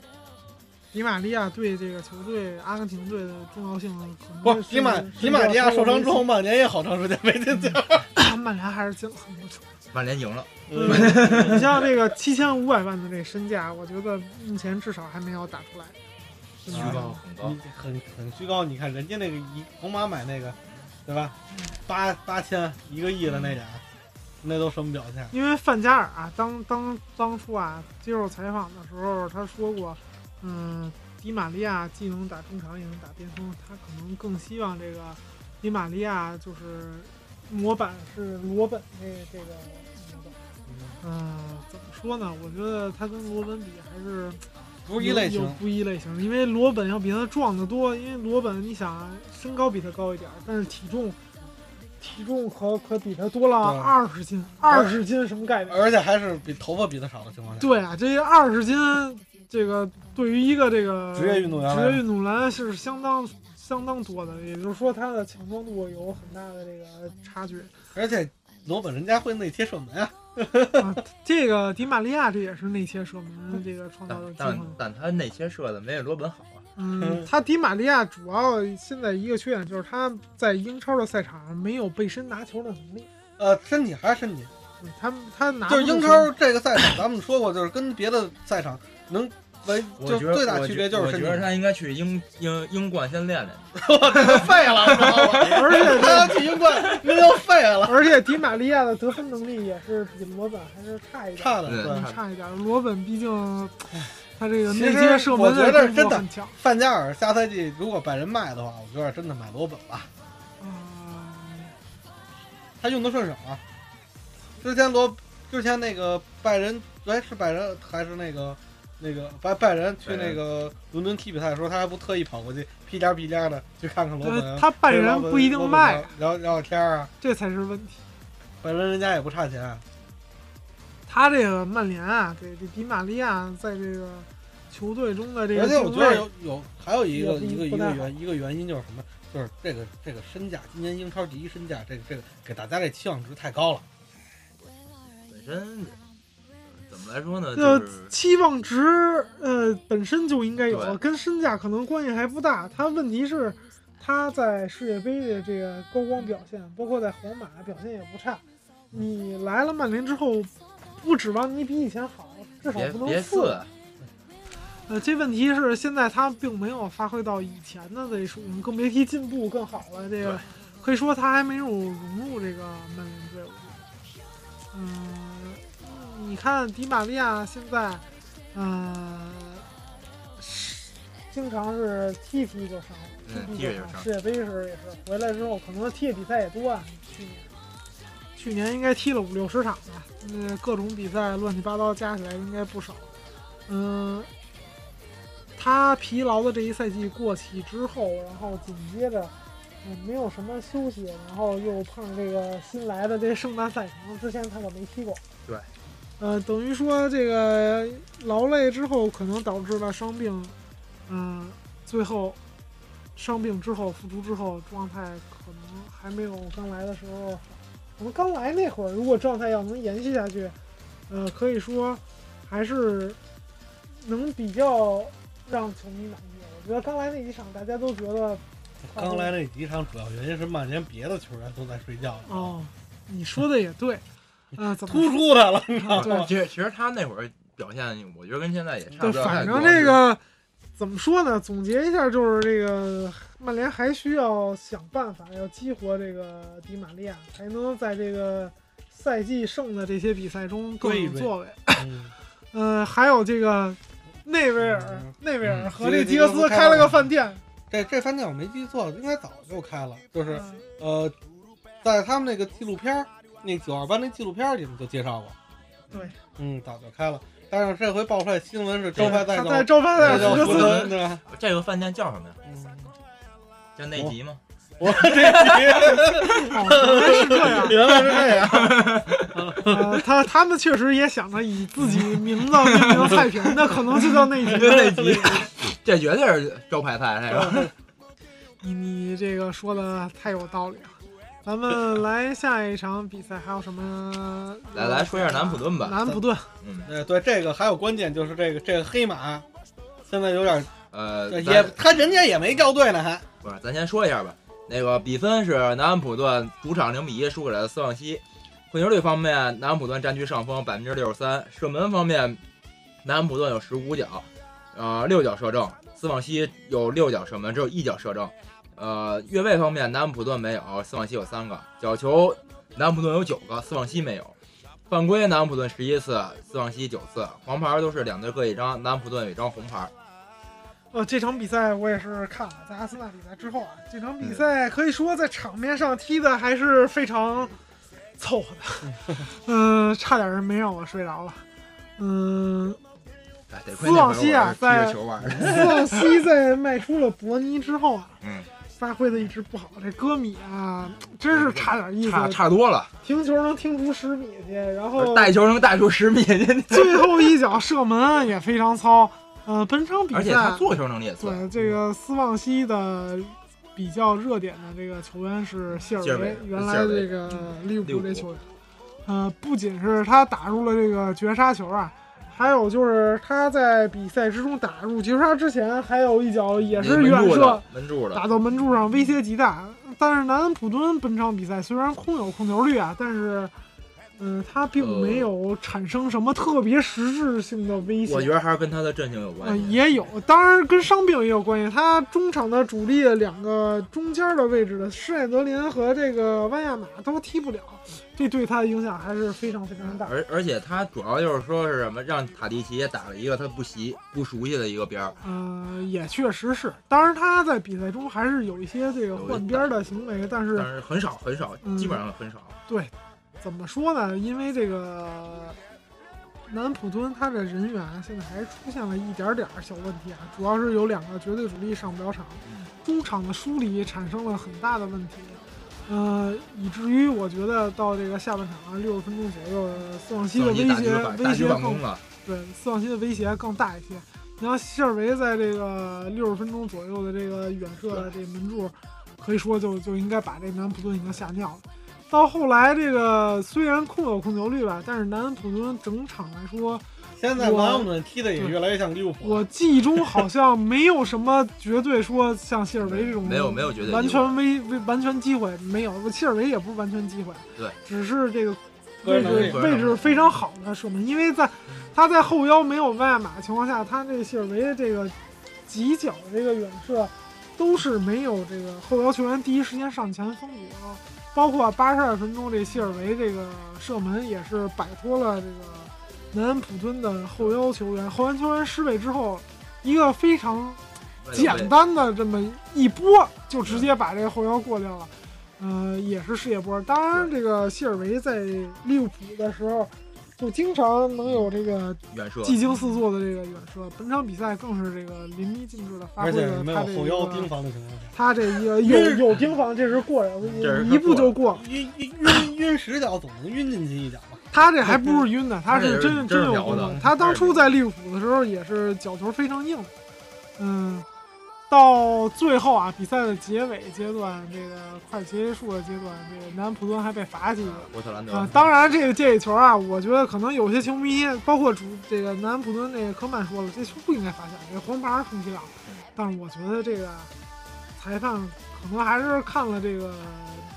迪玛利亚对这个球队阿根廷队的重要性可能不，嗯是迪马甚至迪玛利亚要超过受伤梅之西后，曼联也好长时间没进 球。嗯曼联还是进了很多球。曼联赢了，嗯你像这个七千五百万的这身价，我觉得目前至少还没有打出来。虚啊高很高嗯你。很很虚高，你看人家那个一皇马买那个，对吧？八八千一个亿的那俩，那都什么表现？因为范加尔啊，当当当初啊接受采访的时候，他说过，嗯，迪玛利亚既能打中场，也能打边锋，他可能更希望这个迪玛利亚就是模板是罗本这这个模板。嗯，怎么说呢？我觉得他跟罗本比还是不是一类有型有，不一类型，因为罗本要比他壮得多。因为罗本，你想啊身高比他高一点儿，但是体重，体重可可比他多了对二十斤，二十斤什么概念？而且还是比头发比他少的情况 下。对啊，这二十斤，这个对于一个这个职业运动员来职说业运动员是相当相当多的，也就是说他的强壮度有很大的这个差距。而且罗本人家会内切射门啊，这个迪玛利亚这也是内切射门这个创造的但机会但。但他那些射的没有罗本好啊，嗯，他迪玛利亚主要现在一个缺点就是他在英超的赛场上没有背身拿球的能力，呃，身体还是身体，嗯他他拿不就是住英超这个赛场，咱们说过，就是跟别的赛场能唯我就觉得最大我区觉别就是我身觉体得他应该去英英英冠先练练。废了，知道吗？ 而且他要去英冠，那就废了，而且迪玛利亚的得分能力也是比罗本还是差一点，差了。对对嗯差一点。罗本毕竟他这个其内实切射我门觉得功真夫的很强范加尔下赛季如果拜仁卖的话，我觉得真的买罗本吧。啊。他用的顺手啊。之前罗，之前那个拜仁，哎，是拜仁还是那个那个拜拜仁去那个伦敦踢比赛的时候，他还不特意跑过去屁颠儿屁颠儿的去看看罗本呃啊，他拜仁不一定卖，跟罗本聊聊聊天儿啊。这才是问题。拜仁人家也不差钱，啊他这个曼联啊，给这迪玛利亚在这个球队中的这个而且我定觉得位有有还有一个也不一个一不太个好原一个原因就是什么？就是这个这个身价，今年英超第一身价，这个这个给大家这期望值太高了。本身怎么来说呢，呃就是，期望值呃本身就应该有，啊对跟身价可能关系还不大。他问题是他在世界杯的这个高光表现，包括在皇马表现也不差。你来了曼联之后，不指望你比以前好，至少别不能啊别次。次，呃，这问题是现在他并没有发挥到以前的那水平，更别提进步更好了。这个对可以说他还没有融入这个曼联队伍。嗯，你看迪玛利亚现在，嗯、是经常是踢踢就伤，嗯踢踢着踢就伤。伤世界杯时也是，回来之后可能踢的比赛也多啊。去年，去年应该踢了五六十场吧，那各种比赛乱七八糟加起来应该不少。嗯，他疲劳的这一赛季过去之后，然后紧接着。嗯，没有什么休息，然后又碰上这个新来的这圣诞赛程，之前他可没踢过。对，呃，等于说这个劳累之后，可能导致了伤病，嗯、最后伤病之后复出之后，状态可能还没有刚来的时候好。我们刚来那会儿，如果状态要能延续下去，呃，可以说还是能比较让球迷满意。我觉得刚来那几场，大家都觉得哦刚来那几场主要原因是曼联别的球员都在睡觉，哦，你说的也对，啊、怎么突出他了。说对啊其实其实他那会儿表现，我觉得跟现在也差对，不了太反多。正这个怎么说呢？总结一下，就是这个曼联还需要想办法要激活这个迪玛利亚，才能在这个赛季剩的这些比赛中更对有对作为。嗯呃，还有这个内维尔嗯，内维尔嗯和这吉格斯开了个饭店， 这这饭店我没记错，应该早就开了，就是嗯呃，在他们那个纪录片儿，那九二班那纪录片儿里面就介绍过，对，嗯，早就开了。但是这回爆出来新闻是周派带他走在周派在带福走克福斯，伦，对吧？这个饭店叫什么呀？嗯叫哦内吉 吗？我啊 哦原来这是这样题。原来是这样，呃，他他们确实也想着以自己名字命名菜品，那可能就叫内急。 内吉，这绝对是招牌菜，这个你你这个说的太有道理了。咱们来下一场比赛，还有什么？ 来来说一下南普顿吧南普顿，嗯，呃，对这个还有关键就是这个这个黑马，现在有点呃，也咱他人家也没掉队呢，还不是，咱先说一下吧。那个比分是南安普顿主场零比一输给了斯旺西。控球率方面，南安普顿占据上风，百分之六十三。射门方面，南安普顿有十五脚，呃，六脚射正；斯旺西有六脚射门，只有一脚射正。呃，越位方面，南安普顿没有，斯旺西有三个；角球，南安普顿有九个，斯旺西没有。犯规，南安普顿十一次，斯旺西九次。黄牌都是两队各一张，南安普顿有一张红牌。呃，这场比赛我也是看了，在阿森纳比赛之后啊，这场比嗯赛可以说在场面上踢的还是非常凑合的，嗯、差点儿没让我睡着了。嗯，哎，得亏斯旺西啊，那会儿我是踢在着球玩的。斯旺西在卖出了伯尼之后啊，嗯，发挥的一直不好。这戈米啊，真是差点意思，差差多了，停球能停出十米去，然后带球能带出 十米，最后一脚射门啊也非常糙。呃，本场比而且赛他，做球能力也错。对这个斯旺西的比较热点的这个球员是谢尔谢尔维维，原来谢尔维这个利物利物浦浦这球员，呃，不仅是他打入了这个绝杀球啊。还有就是他在比赛之中打入绝杀之前，还有一脚也是门远柱射了，，门柱了打。到门柱上威胁极大。但是南安普敦本场比赛虽然空有控球率啊，但是，嗯、他呃并没有产生什么特别实质性的威胁。我觉得还是跟他的阵型有关呃，系。也有，当然跟伤病也有关系。他中场的主力两个中间的位置的施耐德林和这个万亚马都踢不了，这对他的影响还是非常非常大。而而且他主要就是说是什么，让塔蒂奇也打了一个他不习不熟悉的一个边儿，呃，也确实是，当然他在比赛中还是有一些这个有一换边儿的行为，但是但是很少很少，嗯基本上很少。怎么说呢？因为这个南普敦他的人员啊现在还是出现了一点点儿小问题啊，主要是有两个绝对主力上不了场，中场的梳理产生了很大的问题，呃，以至于我觉得到这个下半场啊六十分钟左右，呃斯旺西的上威一打击胁反威打击胁反更攻了，对斯旺西的威胁更大一些。你像谢尔维在这个六十分钟左右的这个远射的这门柱，可以说就就应该把这南普顿已经吓尿了。到后来，这个虽然控有控球率吧，但是南普顿整场来说，现在马姆顿踢的也越来越像利物浦我了，记忆中好像没有什么绝对说像谢尔维这种没有没有绝对完机会全危危完全机会没有，切尔维也不是完全机会，对，只是这个个位人能置力位置非常好的射门，因为在他在后腰没有万亚马的情况下，他这切尔维的这个几脚这个远射都是没有这个后腰球员第一时间上前封堵的，包括八十二分钟这切尔维这个射门也是摆脱了这个南安普敦的后腰球员，后腰球员失位之后，一个非常简单的这么一拨，就直接把这个后腰过掉了。呃，也是世界波。当然，这个谢尔维在利物浦的时候，就经常能有这个远射，技惊四座的这个远射。本场比赛更是这个淋漓尽致的发而挥且了没他有这后腰盯个防的情况下，他这 一个有有盯防，这是过这人，是一步就过。晕晕晕晕十脚总能晕进去一脚吧？他这还不是晕的，他这是是真真是有聊功的能。他当初在利物浦的时候也是脚球非常硬的，嗯，到最后啊，比赛的结尾阶段，这个快结束的阶段，这个南安普敦还被罚几个。波特兰德啊，，当然这个这一球啊，我觉得可能有些球迷，包括主这个南安普敦那个科曼说了，这球不应该罚下，这黄牌儿充其量。但是我觉得这个裁判可能还是看了这个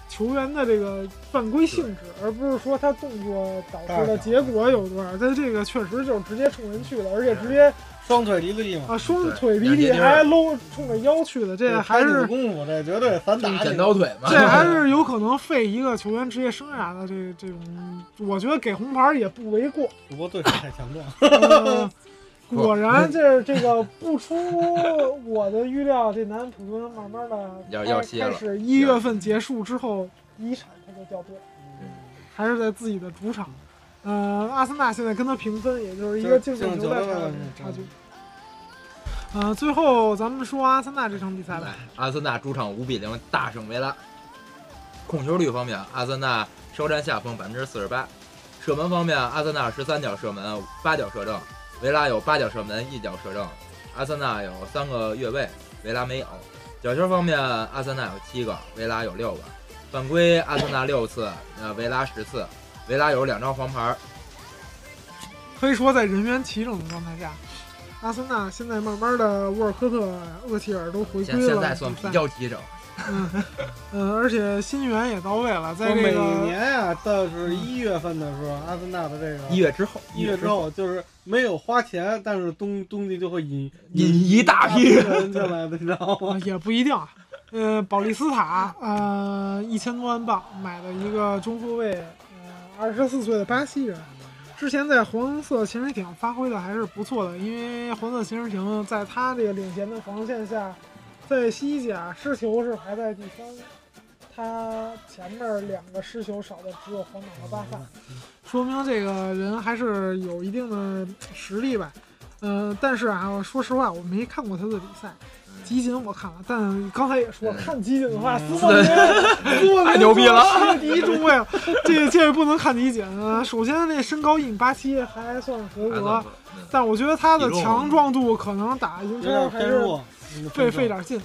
球员的这个犯规性质，而不是说他动作导致的结果有多少。他这个确实就是直接冲人去的，而且直接双腿离地嘛，啊双对腿离两截地钉儿还搂冲着腰去的，这还拍你的是功夫，这绝对散打剪刀腿嘛，这 还是有可能废一个球员职业生涯的这这种，我觉得给红牌儿也不为过。主播对手太强壮了，呃 果然这这个不出我的预料，这南安普敦慢慢的要要歇了开始一月份结束之后，第一场他就掉队，还是在自己的主场。呃，阿森纳现在跟他平分，也就是一个净胜球在场上嗯差距。呃，最后咱们说阿森纳这场比赛吧。阿森纳主场五比零大胜维拉。控球率方面，阿森纳稍占下风百分之四十八。射门方面，阿森纳十三脚射门，八脚射正；维拉有八脚射门，一脚射正。阿森纳有三个越位，维拉没有。角球方面，阿森纳有七个，维拉有六个。犯规，阿森纳六次，呃，维拉十次。维拉有两张黄牌，可以说在人员齐整的状态下，阿森纳现在慢慢的沃尔科特、厄齐尔都回归现了现在算比比赛较齐整。嗯，嗯，而且新援也到位了，在我这每个年啊，到是一月份的时候，阿森纳的这个一月之后，一月之后就是没有花钱，但是东东西就会引引一大批人进来的，你知 道吗？呃也不一定啊。呃，保利斯塔，呃，一千多万镑买了一个中后卫，呃，二十四岁的巴西人，之前在黄色潜水艇发挥的还是不错的，因为黄色潜水艇在他这个领衔的防线下，在西甲失球是排在第三，他前面两个失球少的只有皇马和巴萨，嗯说明这个人还是有一定的实力吧。呃，但是啊，我说实话，我没看过他的比赛。集锦我看了，但刚才也说嗯了，看集锦的话，嗯斯莫林，斯莫林太牛逼了世界第一中卫了，这这不能看集锦。呃首先，这身高一米八七还算合阿森格纳，嗯但我觉得他的强壮度可能打英有超点还偏是弱，嗯费费，点劲。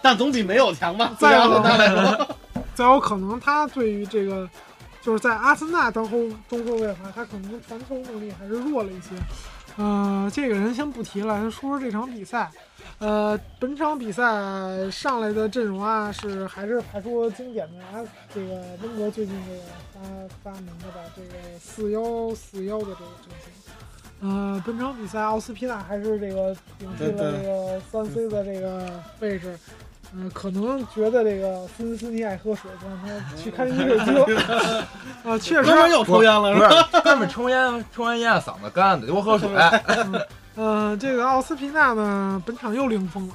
但总比没有强吧？ 再有对阿森纳来说， 再有可能他对于这个，就是在阿森纳当后中后卫的话，他可能传球能力还是弱了一些。呃，这个人先不提了，先说说这场比赛。呃，本场比赛上来的阵容啊，是还是排出经典的啊，这个温格最近这个发发明的吧，这个四幺四幺的这个阵型。呃，本场比赛奥斯皮纳还是这个顶替了这个三 C 的这个位置。嗯，可能觉得这个斯文斯尼爱喝水，就让他去看饮 水 机吧。啊，确实哥，们儿又抽烟了，不是吧？是，哥们儿抽烟抽完烟嗓子干的，多喝水。啊呃，这个奥斯皮纳呢，本场又零封了，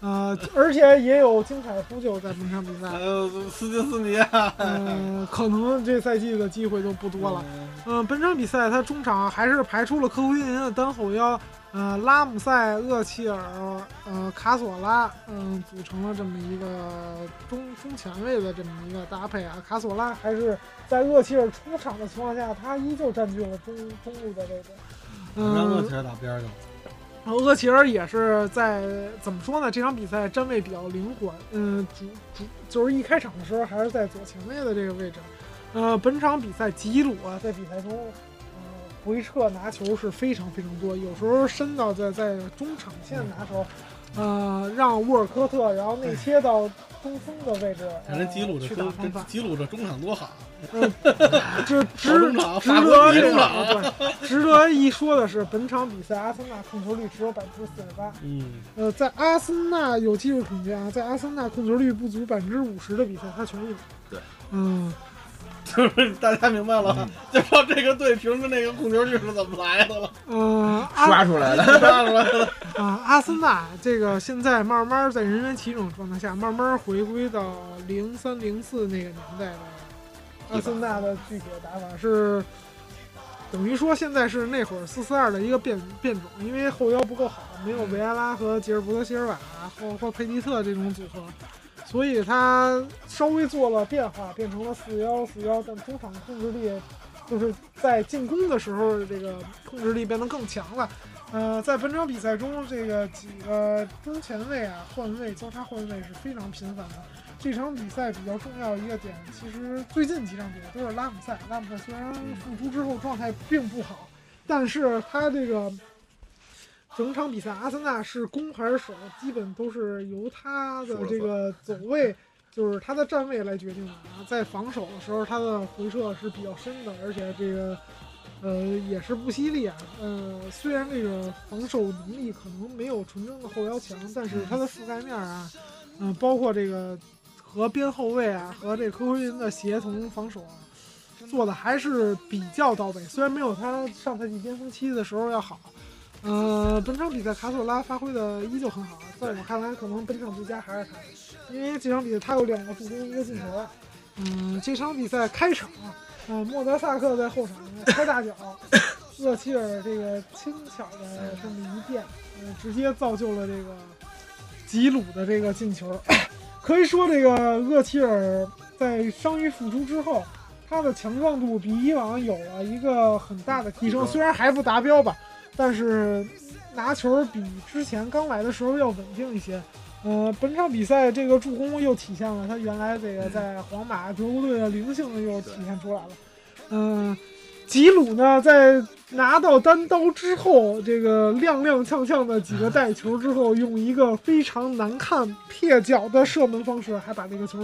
呃，而且也有精彩扑救在本场比 赛，呃，斯 金斯尼啊，呃，可能这赛季的机会就不多了。嗯、本场比赛他中场还是排出了科胡金的单后腰，呃，拉姆塞、厄齐尔、呃，卡索拉，嗯、组成了这么一个中中前卫的这么一个搭配啊。卡索拉还是在厄齐尔出场的情况下，他依旧占据了中中路的位置。嗯、让诺齐尔打边儿去了。然后厄齐尔也是在怎么说呢？这场比赛站位比较灵活，嗯，主主就是一开场的时候还是在左前卫的这个位置。呃，本场比赛吉鲁啊，在比赛中，呃，回撤拿球是非常非常多，有时候伸到在在中场线嗯拿球，呃，让沃尔科特然后内切到中锋的位置，看哎人吉鲁呃这去打中防这反，吉鲁这中场多好，啊这好值中场，值法得国这中个场。啊对，值得一说的是，本场比赛阿森纳控球率只有百分之四十八。嗯，呃，在阿森纳有技术统计啊，在阿森纳控球率不足百分之五十的比赛，他全有。对，嗯， 就是大家明白了吧嗯，就知道这个队平时那个控球率是怎么来 的了。呃，阿啊、刷出来了。呃阿森纳这个现在慢慢在人员齐整状态下，慢慢回归到零三零四那个年代的阿森纳的具体的打法是。等于说现在是那会儿四四二的一个变变种，因为后腰不够好，没有维埃拉和吉尔伯德希尔瓦或或佩蒂特这种组合，所以他稍微做了变化，变成了四幺四幺，但中场控制力就是在进攻的时候，这个控制力变得更强了。呃，在本场比赛中，这个几个中前卫啊换位交叉换位是非常频繁的。这场比赛比较重要一个点，其实最近几场比赛都是拉姆塞。拉姆塞虽然复出之后状态并不好，但是他这个整场比赛，阿森纳是攻还是守，基本都是由他的这个走位，就是他的站位来决定的。啊。在防守的时候，他的回撤是比较深的，而且这个呃也是不犀利啊。呃，虽然这个防守能力可能没有纯正的后腰强，但是他的覆盖面啊，嗯、包括这个和边后卫啊和这科奎因的协同防守啊，做的还是比较到位，虽然没有他上赛季巅峰期的时候要好。呃，本场比赛卡索拉发挥的依旧很好，在我看来，可能本场最佳还是他，因为这场比赛他有两个助攻，一个进球。嗯，这场比赛开场，呃，莫德萨克在后场开大脚，厄齐尔这个轻巧的这么一变，呃，直接造就了这个吉鲁的这个进球。可以说，这个厄齐尔在伤愈复出之后，他的强壮度比以往有了一个很大的提升，虽然还不达标吧，但是拿球比之前刚来的时候要稳定一些。呃，本场比赛这个助攻又体现了他原来这嗯个在皇马德国队的灵性又体现出来了。嗯、吉鲁呢，在拿到单刀之后，这个踉踉跄跄的几个带球之后，用一个非常难看撇脚的射门方式，还把这个球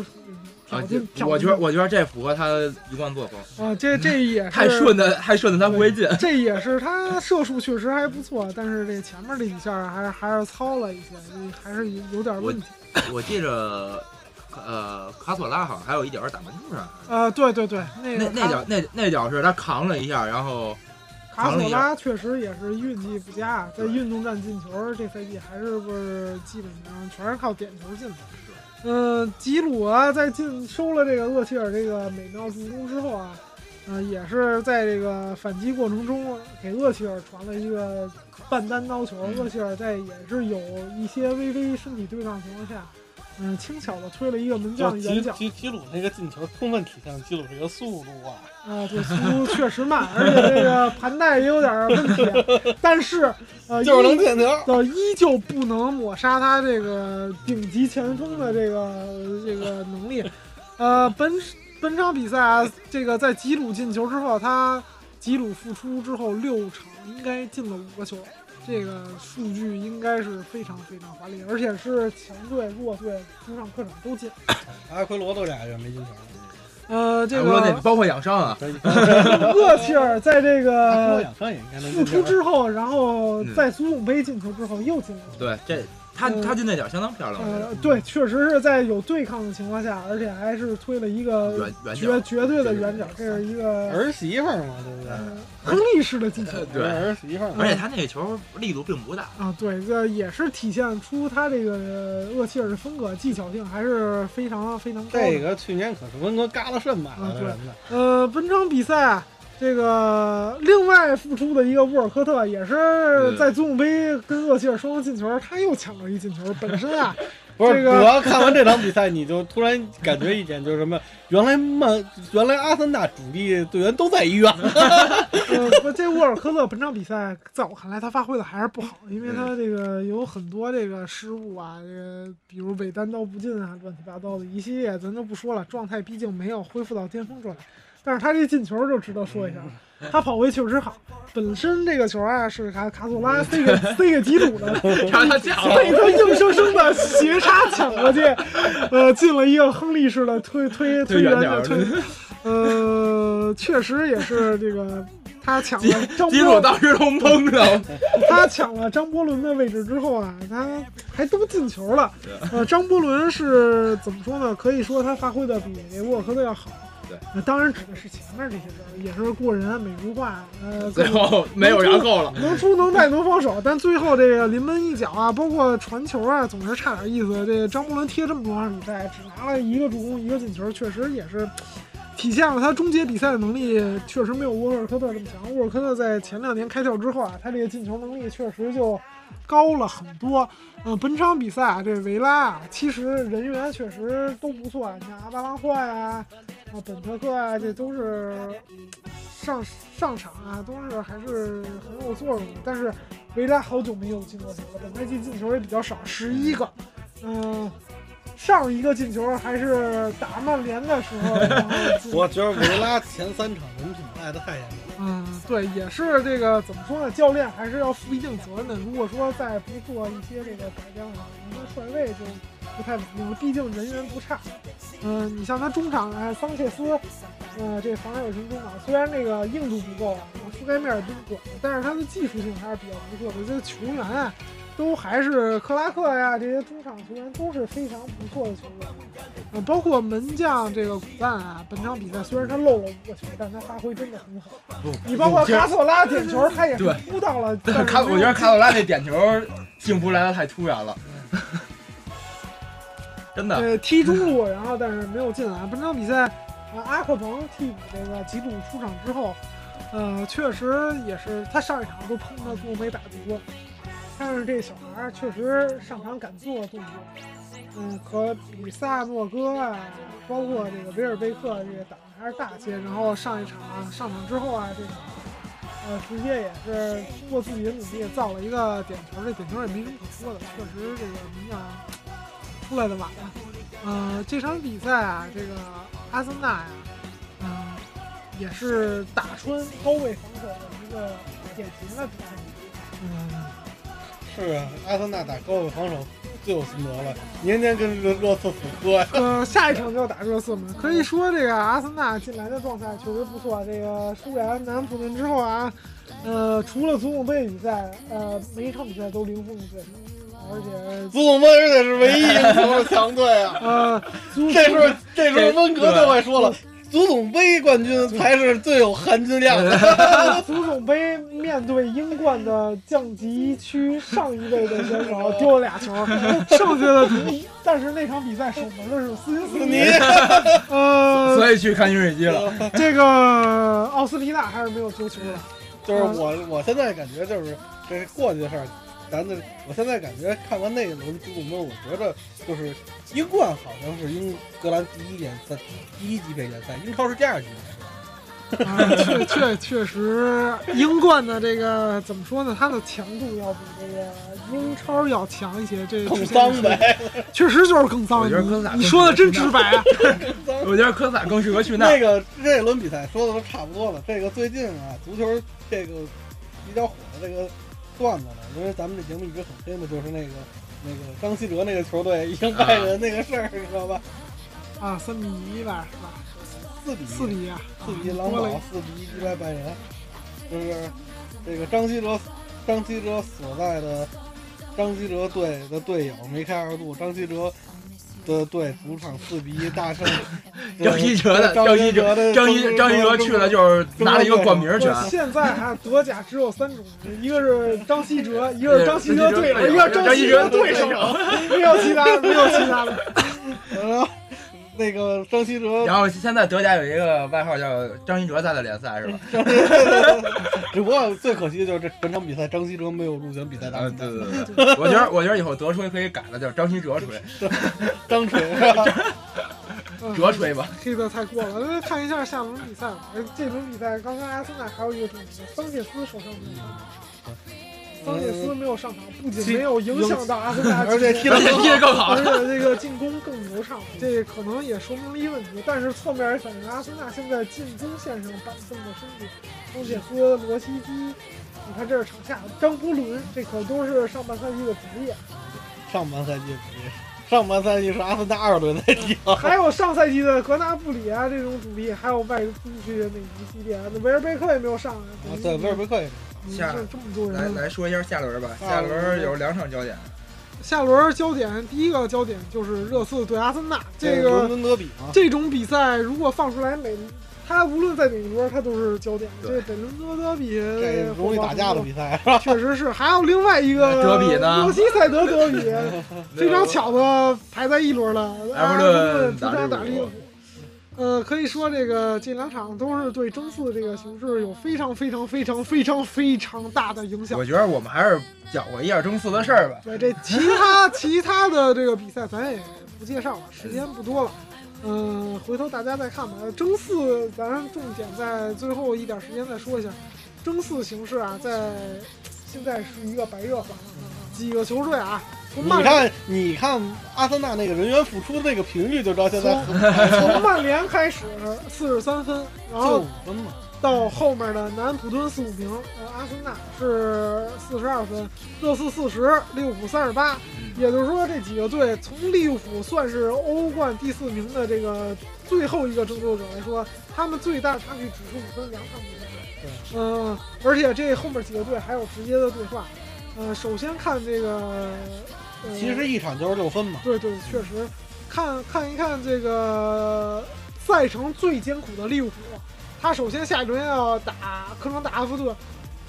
挑啊，进。就挑我觉进得我觉得这符合他一贯作风，啊，这这也是太顺的太顺的他不会进。 这也是他射术确实还不错，但是这前面这几下还是还是糙了一些，这还是有有点问题。我记着，呃，卡索拉好像还有一脚是打门柱上，呃，对对对，那那个那卡脚那那脚是他扛了一下，然后卡扛了索一拉下哎确实也是运气不佳，在对运动战进球这赛季还是不是基本上全是靠点球进的。嗯、吉鲁啊，在进收了这个厄齐尔这个美妙助攻之后啊，呃，也是在这个反击过程中给厄齐尔传了一个半单刀球，嗯厄齐尔在也是有一些微微身体对抗情况下，嗯、轻巧的推了一个门就将是远吉角。吉吉鲁那个进球，充分体现了吉鲁这个速度啊！啊，对，速度确实慢，而且这个盘带也有点问题，啊但是呃， 就是能依进球，呃依旧不能抹杀他这个顶级前锋的这个这个能力。呃，本本场比赛啊，这个在吉鲁进球之后，他吉鲁复出之后六场应该进了五个球，这个数据应该是非常非常华丽，而且是强队、弱队、主场、客场都进。阿奎罗都俩月没进球了。呃，这哎我说那个包括养伤啊，厄齐尔在这阿奎罗个养伤也应该能复进出球。之后，然后嗯在足总杯进球之后又进了。对，这他嗯他进那脚相当漂亮，我觉呃得，对，确实是在有对抗的情况下，而且还是推了一个远远绝角绝对的远角，这是一个儿媳妇儿嘛，对不对？呃亨利式的进球对儿媳妇儿嘛。而且他那个球力度并不大，啊！对，这也是体现出他这个厄齐尔的风格，技巧性还是非常非常高这的。个去年可是温格嘎了肾买啊来的对人呢，呃，本场比赛啊这个另外复出的一个沃尔科特也是在足总杯跟厄齐尔双方进球，他又抢了一进球，本身啊。不是？这个我要看完这场比赛，你就突然感觉一点就是什么，原来曼，原来阿森纳主力队员都在医院。呃，不这沃尔科特本场比赛，在我看来他发挥的还是不好，因为他这个有很多这个失误啊，这个比如尾单刀不进啊，乱七八糟的一系列，咱就不说了。状态毕竟没有恢复到巅峰状态，但是他这进球就值得说一下了。他跑位确实好，本身这个球啊是卡卡索拉塞给塞给吉鲁的，然后他架了，被他硬生生的斜插抢过去， 呃，进了一个亨利式的推推推推远远点角儿推，呃，确实也是这个他抢基 了张基鲁波，当时都懵了，他抢了张伯伦的位置之后啊，他还都进球了。呃，张伯伦是怎么说呢？可以说他发挥的比沃尔科特要好。对呃，当然指的是前面这些人，也是过人啊，美如画，呃，最后没有然后了。能出能带能防守，但最后这个临门一脚啊，包括传球啊，总是差点意思。这张伯伦踢了这么多场比赛，只拿了一个助攻一个进球，确实也是体现了他终结比赛的能力，确实没有沃尔科特这么强。沃尔科特在前两年开窍之后啊，他这个进球能力确实就高了很多。嗯，本场比赛啊，这维拉啊，其实人员确实都不错，啊你像阿巴拉霍呀、啊、本特克啊，这都是上上场啊，都是还是很有作用的。但是维拉好久没有进过球了，本赛季进球也比较少，十一个。嗯，上一个进球还是打曼联的时候，然后进的 我觉得维拉前三场人品赖的太严重了。嗯，对，也是这个怎么说呢？教练还是要负一定责任的。如果说再不做一些这个改变的话，你说帅位就不太稳定了。毕竟人员不差。嗯、你像他中场啊，桑切斯，呃，这防守型中场虽然这个硬度不够啊，覆盖面也不广，但是他的技术性还是比较不错的。这球员啊，都还是克拉克呀，这些中场球员都是非常不错的球员。呃，包括门将这个古赞啊，本场比赛虽然他漏了五个球，但他发挥真的很好。你包括卡索拉点球，他也是对扑到了。但是卡，没有我觉得嗯卡索拉那点球幸福来的太突 然了，真的。呃踢中路，然后但是没有进来。本场比赛，呃，阿克彭替补这个吉鲁出场之后，呃，确实也是他上一场都碰到做没打足，但是这小孩儿确实上场敢做动作，嗯，和比萨诺戈啊，包括这个维尔贝克这个胆子还是大些。然后上一场啊，上场之后啊，这个呃，直接也是通过自己的努力造了一个点球，这点球也没什么可说的，确实这个门将出来的晚了。呃，这场比赛啊，这个阿森纳呀、嗯、也是打穿高位防守的一个典型的比赛。嗯，是啊，阿森纳打高位防守最有心得了，年年跟热热刺死磕呀。呃，下一场就打热刺嘛，可以说这个阿森纳近来的状态确实不错。这个输给南普顿之后啊，呃，除了足总杯比赛，呃，每一场比赛都零封的对手，而且足总杯而且是唯一赢球的强队啊。呃，足 这时候这时候温格都快说了，足总杯冠军才是最有含金量的。 足总杯面对英冠的降级区上一位的选手丢了俩球，剩下的足，但是那场比赛守门的是斯金斯尼 你，呃，所以去看饮水机了。这个奥斯皮纳还是没有丢球的。就是我我现在感觉就是这过去的事儿，咱这我现在感觉看完那一轮足总杯，我觉得就是英冠好像是英格兰第一联赛第一级别联赛，英超是第二级别。 啊，确确确实，英冠的这个怎么说呢？它的强度要比这个英超要强一些，这更脏，呗，确实就是更脏。我觉得哥萨你说的真直白 啊！更脏。我觉得科萨更适合去那那个这一轮比赛说的都差不多了。这个最近啊，足球这个比较火的这个段子呢，因为咱们这节目一直很黑嘛，就是那个那个张稀哲那个球队赢拜仁那个事儿，你知道吧？啊，三比一吧，是吧？四比一四比一啊，四比一狼多了一堡，四比一击败拜仁，就是这个张稀哲张稀哲所在的张稀哲队的队友梅开二度，张稀哲。的队主场四比一 大胜张稀哲的张张稀哲的张一张一哲去了就是拿了一个冠名权，我现在啊，德甲只有三种人，一个是张稀哲，一个是张稀哲队友，一个是张稀稀哲哲对对手手，没有其他的，没有其他的。然后 那个张稀哲然后现在德甲有一个外号叫张一哲在的联赛是吧？ 只不过最可惜的就是这本场比赛张稀哲没有入选比赛大啊，名对单，对对，我觉得我觉得以后德吹可以改了，叫张稀哲吹，张锤 是吧？嗯哲吹 吧。黑的太过了，那看一下下轮比赛吧。而这轮比赛，刚才阿森纳还有一个重点，桑切斯受伤没有上场。桑切呃斯没有上场，不仅没有影响到阿森纳，而且踢而得且 踢得更好而，且这个进攻更流畅，这可能也说明了一问题。但是侧面也反映阿森纳现在进攻线上板凳的身体，东切斯、罗西基，你看这是场下张伯伦，这可都是上半赛季的主力啊。上半赛季不是，上半赛季是阿森纳二队在踢，还有上赛季的格纳布里啊这种主力，还有外租去的那一系列，啊那维尔贝克也没有上啊。对，威尔贝克也是你这这么多来人，来说一下下轮吧，下轮有两场焦点，下轮焦点第一个焦点就是热刺对阿森纳这伦个敦德比嘛，这种比赛，如果放出来每，他无论在哪一轮，他都是焦点。这对北伦敦德比这容易打架的比赛， 确实是。还有另外一个德比呢罗西塞德德比，非常巧的排在一轮了。埃弗顿顿主场打利物利物浦浦，呃，可以说这个这两场都是对争四这个形势有非常非常非常非常非常大的影响 我。觉得我们还是搅和一下争四的事儿吧。对，这其他其他的这个比赛咱也不介绍了，时间不多了。嗯，回头大家再看吧。争四，咱重点在最后一点时间再说一下。争四形势啊，在现在是一个白热化，几个球队啊，从你曼看你看阿森纳那个人员付出的那个频率，就知道现在很从曼联开始四十三分，然就后五分嘛，到后面的南安普敦四五名，呃，阿森纳是四十二分，热刺四十，利物浦三十八，嗯也就是说这几个队从利物浦算是欧冠第四名的这个最后一个争夺者来说，他们最大差距只是五分，两场比赛。嗯、而且这后面几个队还有直接的对话。呃，首先看这个，呃、其实一场就是六分嘛，对对，确实，看看一看这个赛程最艰苦的利物浦，他首先下一轮要打客场打埃弗顿，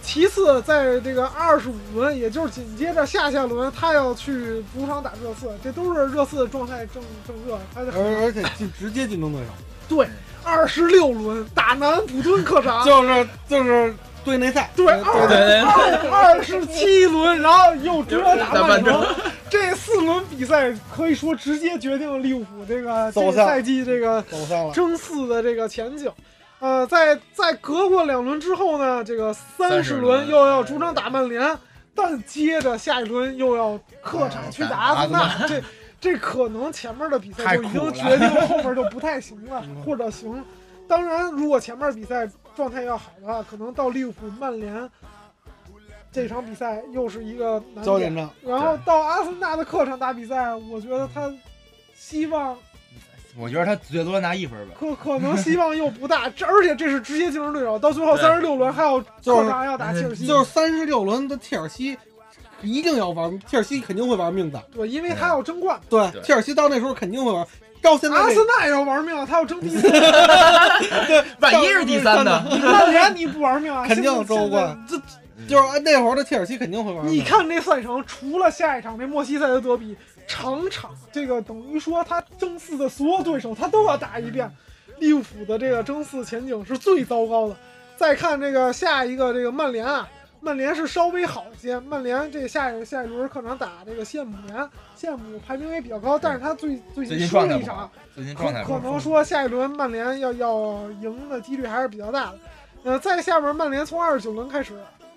其次在这个二十五轮，也就是紧接着下下轮，他要去主场打热刺，这都是热刺状态正正热，他呃而而且进直接竞争对手，对，二十六轮打南普敦客啊场，就是就是队内赛，对呃对对对对二十七轮，然后又主场打曼城，这四轮比赛可以说直接决定了利物浦这个这走个向赛季这个走上了。争四的这个前景。呃，在在隔过两轮之后呢，这个三十30轮哎轮又要主场打曼联，但接着下一轮又要客场去哎打阿森纳，这这可能前面的比赛就已经决定后面就不太行 了，或者行。当然，如果前面比赛状态要好的话，可能到利物浦、曼联这场比赛又是一个难焦点点。仗，然后到阿森纳的客场打比赛，我觉得他希望我觉得他最多拿一分吧。可可能希望又不大，这而且这是直接竞争对手，到最后三十六轮还有客场要打切嗯尔西，嗯就是三十六轮的切尔西一定要玩，切尔西肯定会玩命的。对，因为他要争冠，对对切尔西到那时候肯定会玩。到现在阿这森纳也要玩命，啊他要争第四， 万一是第三呢？曼联你不玩命啊，肯定要现在争冠。这嗯就是那会儿的切尔西肯定会玩现在命。你看这赛程，除了下一场这莫西赛德德比，场场这个等于说他争四的所有对手他都要打一遍，利物浦的这个争四前景是最糟糕的。再看这个下一个这个曼联啊，曼联是稍微好一些，曼联这下一下一轮客场打这个谢姆联，谢姆排名也比较高，但是他最最最近近输状了态一不场好，，最近可状态不可好。能说下一轮曼联要要赢的几率还是比较大的。呃，在下边曼联从二十九轮开始，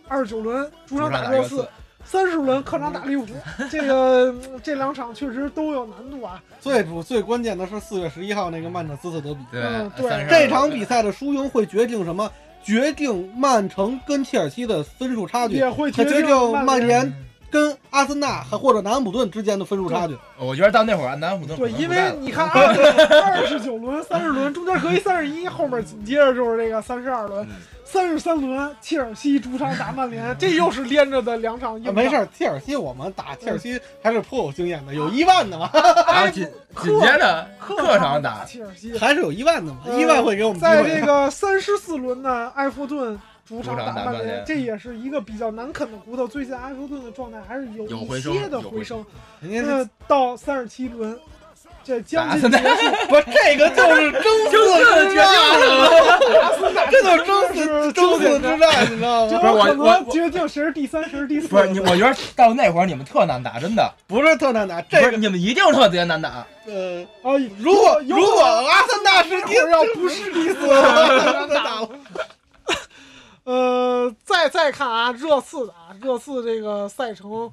二十九轮主场打热主场打热刺刺，三十轮客场打利物浦，这个嗯这两场确实都有难度啊。最主最关键的是四月十一号那个曼彻斯特德比，对嗯对， 32这场比赛的输赢会决定什么？决定曼城跟切尔西的分数差距也，会还决决定曼联。联嗯跟阿森纳还或者南安普顿之间的分数差距。我觉得到那会儿啊南安普顿对，可能因不在为了你看二十二十九轮、三十轮，中间隔一三十一，后面紧接着就是这个三十二轮嗯、三十三轮，切尔西主场打曼联，这又是连着的两场硬啊仗。没事，儿，切尔西我们打切尔西还是颇有经验的，有一万的嘛，然后紧紧接着客客场场打打切尔西，还是有一万的嘛，呃一万会给我们机在会这的。个三十四轮呢，埃弗顿主场打主场打曼曼联，联这也是一个比较难啃的骨头。最近埃弗顿的状态还是有有一回升些的有回回升升。人家那是到三十七轮，这将打近森结纳束，不是这个就是争四之战了，打森纳这就是是争四争四之战，你知道这吗？不是我可能我决定谁是第三，谁是第四。不是你，我觉得到那会儿你们特难打，真的，不是特难打，不这是个你们一定特别难打。呃，啊，如果有如果阿森纳是第一会儿要不是第四，四，打了。呃，再再看啊，热刺的啊，热刺这个赛程，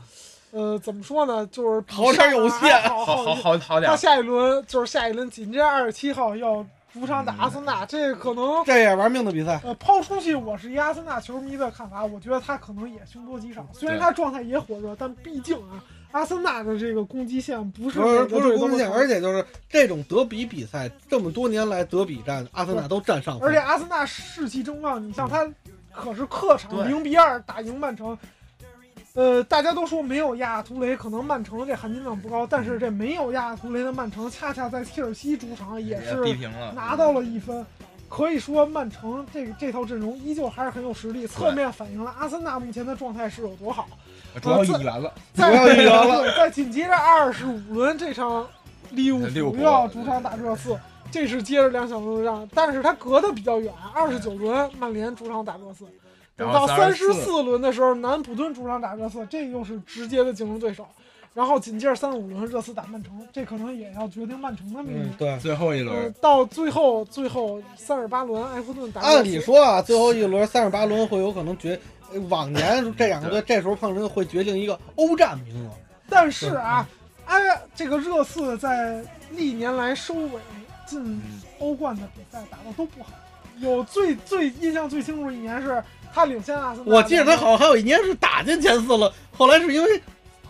呃，怎么说呢，就是比好点儿有限上海还好好好好好点他，下一轮就是下一轮紧接着二十七号要主场打阿森纳，这可能这也玩命的比赛，呃抛出去，我是一阿森纳球迷的看法，我觉得他可能也凶多吉少。虽然对他状态也火热，但毕竟啊，阿森纳的这个攻击线不是不是每不个是队都攻能线，扛而且就是这种德比比赛，这么多年来德比战阿森纳都占上风，而且阿森纳士气正旺，你像他可是客场对零比二打赢曼城。呃，大家都说没有亚图雷，可能曼城这含金量不高，但是这没有亚图雷的曼城，恰恰在切尔西主场也是逼平了，拿到了一分。可以说，曼城这个这套阵容依旧还是很有实力，侧面反映了阿森纳目前的状态是有多好。主要一元了，再不要预言了对再紧接着二十五轮这场利物利物浦浦要主场打热刺，这是接着两小轮让，但是它隔得比较远，二十九轮曼联主场打热刺，等然到后三十34四轮的时候，南普敦主场打热刺，这又是直接的竞争对手。然后紧接着三十五轮热刺打曼城，这可能也要决定曼城的命运嗯。对。最后一呃轮，到最后最后三十八轮，埃弗顿打热刺按理说啊，最后一轮三十八轮会有可能决，呃往年这两个队这时候碰上会决定一个欧战名额。但是啊，埃这个热刺在历年来收尾进嗯欧冠的比赛打的都不好，有最最印象最清楚的一年是他领先阿森纳， 我记得他好像还有一年是打进前四了，后来是因为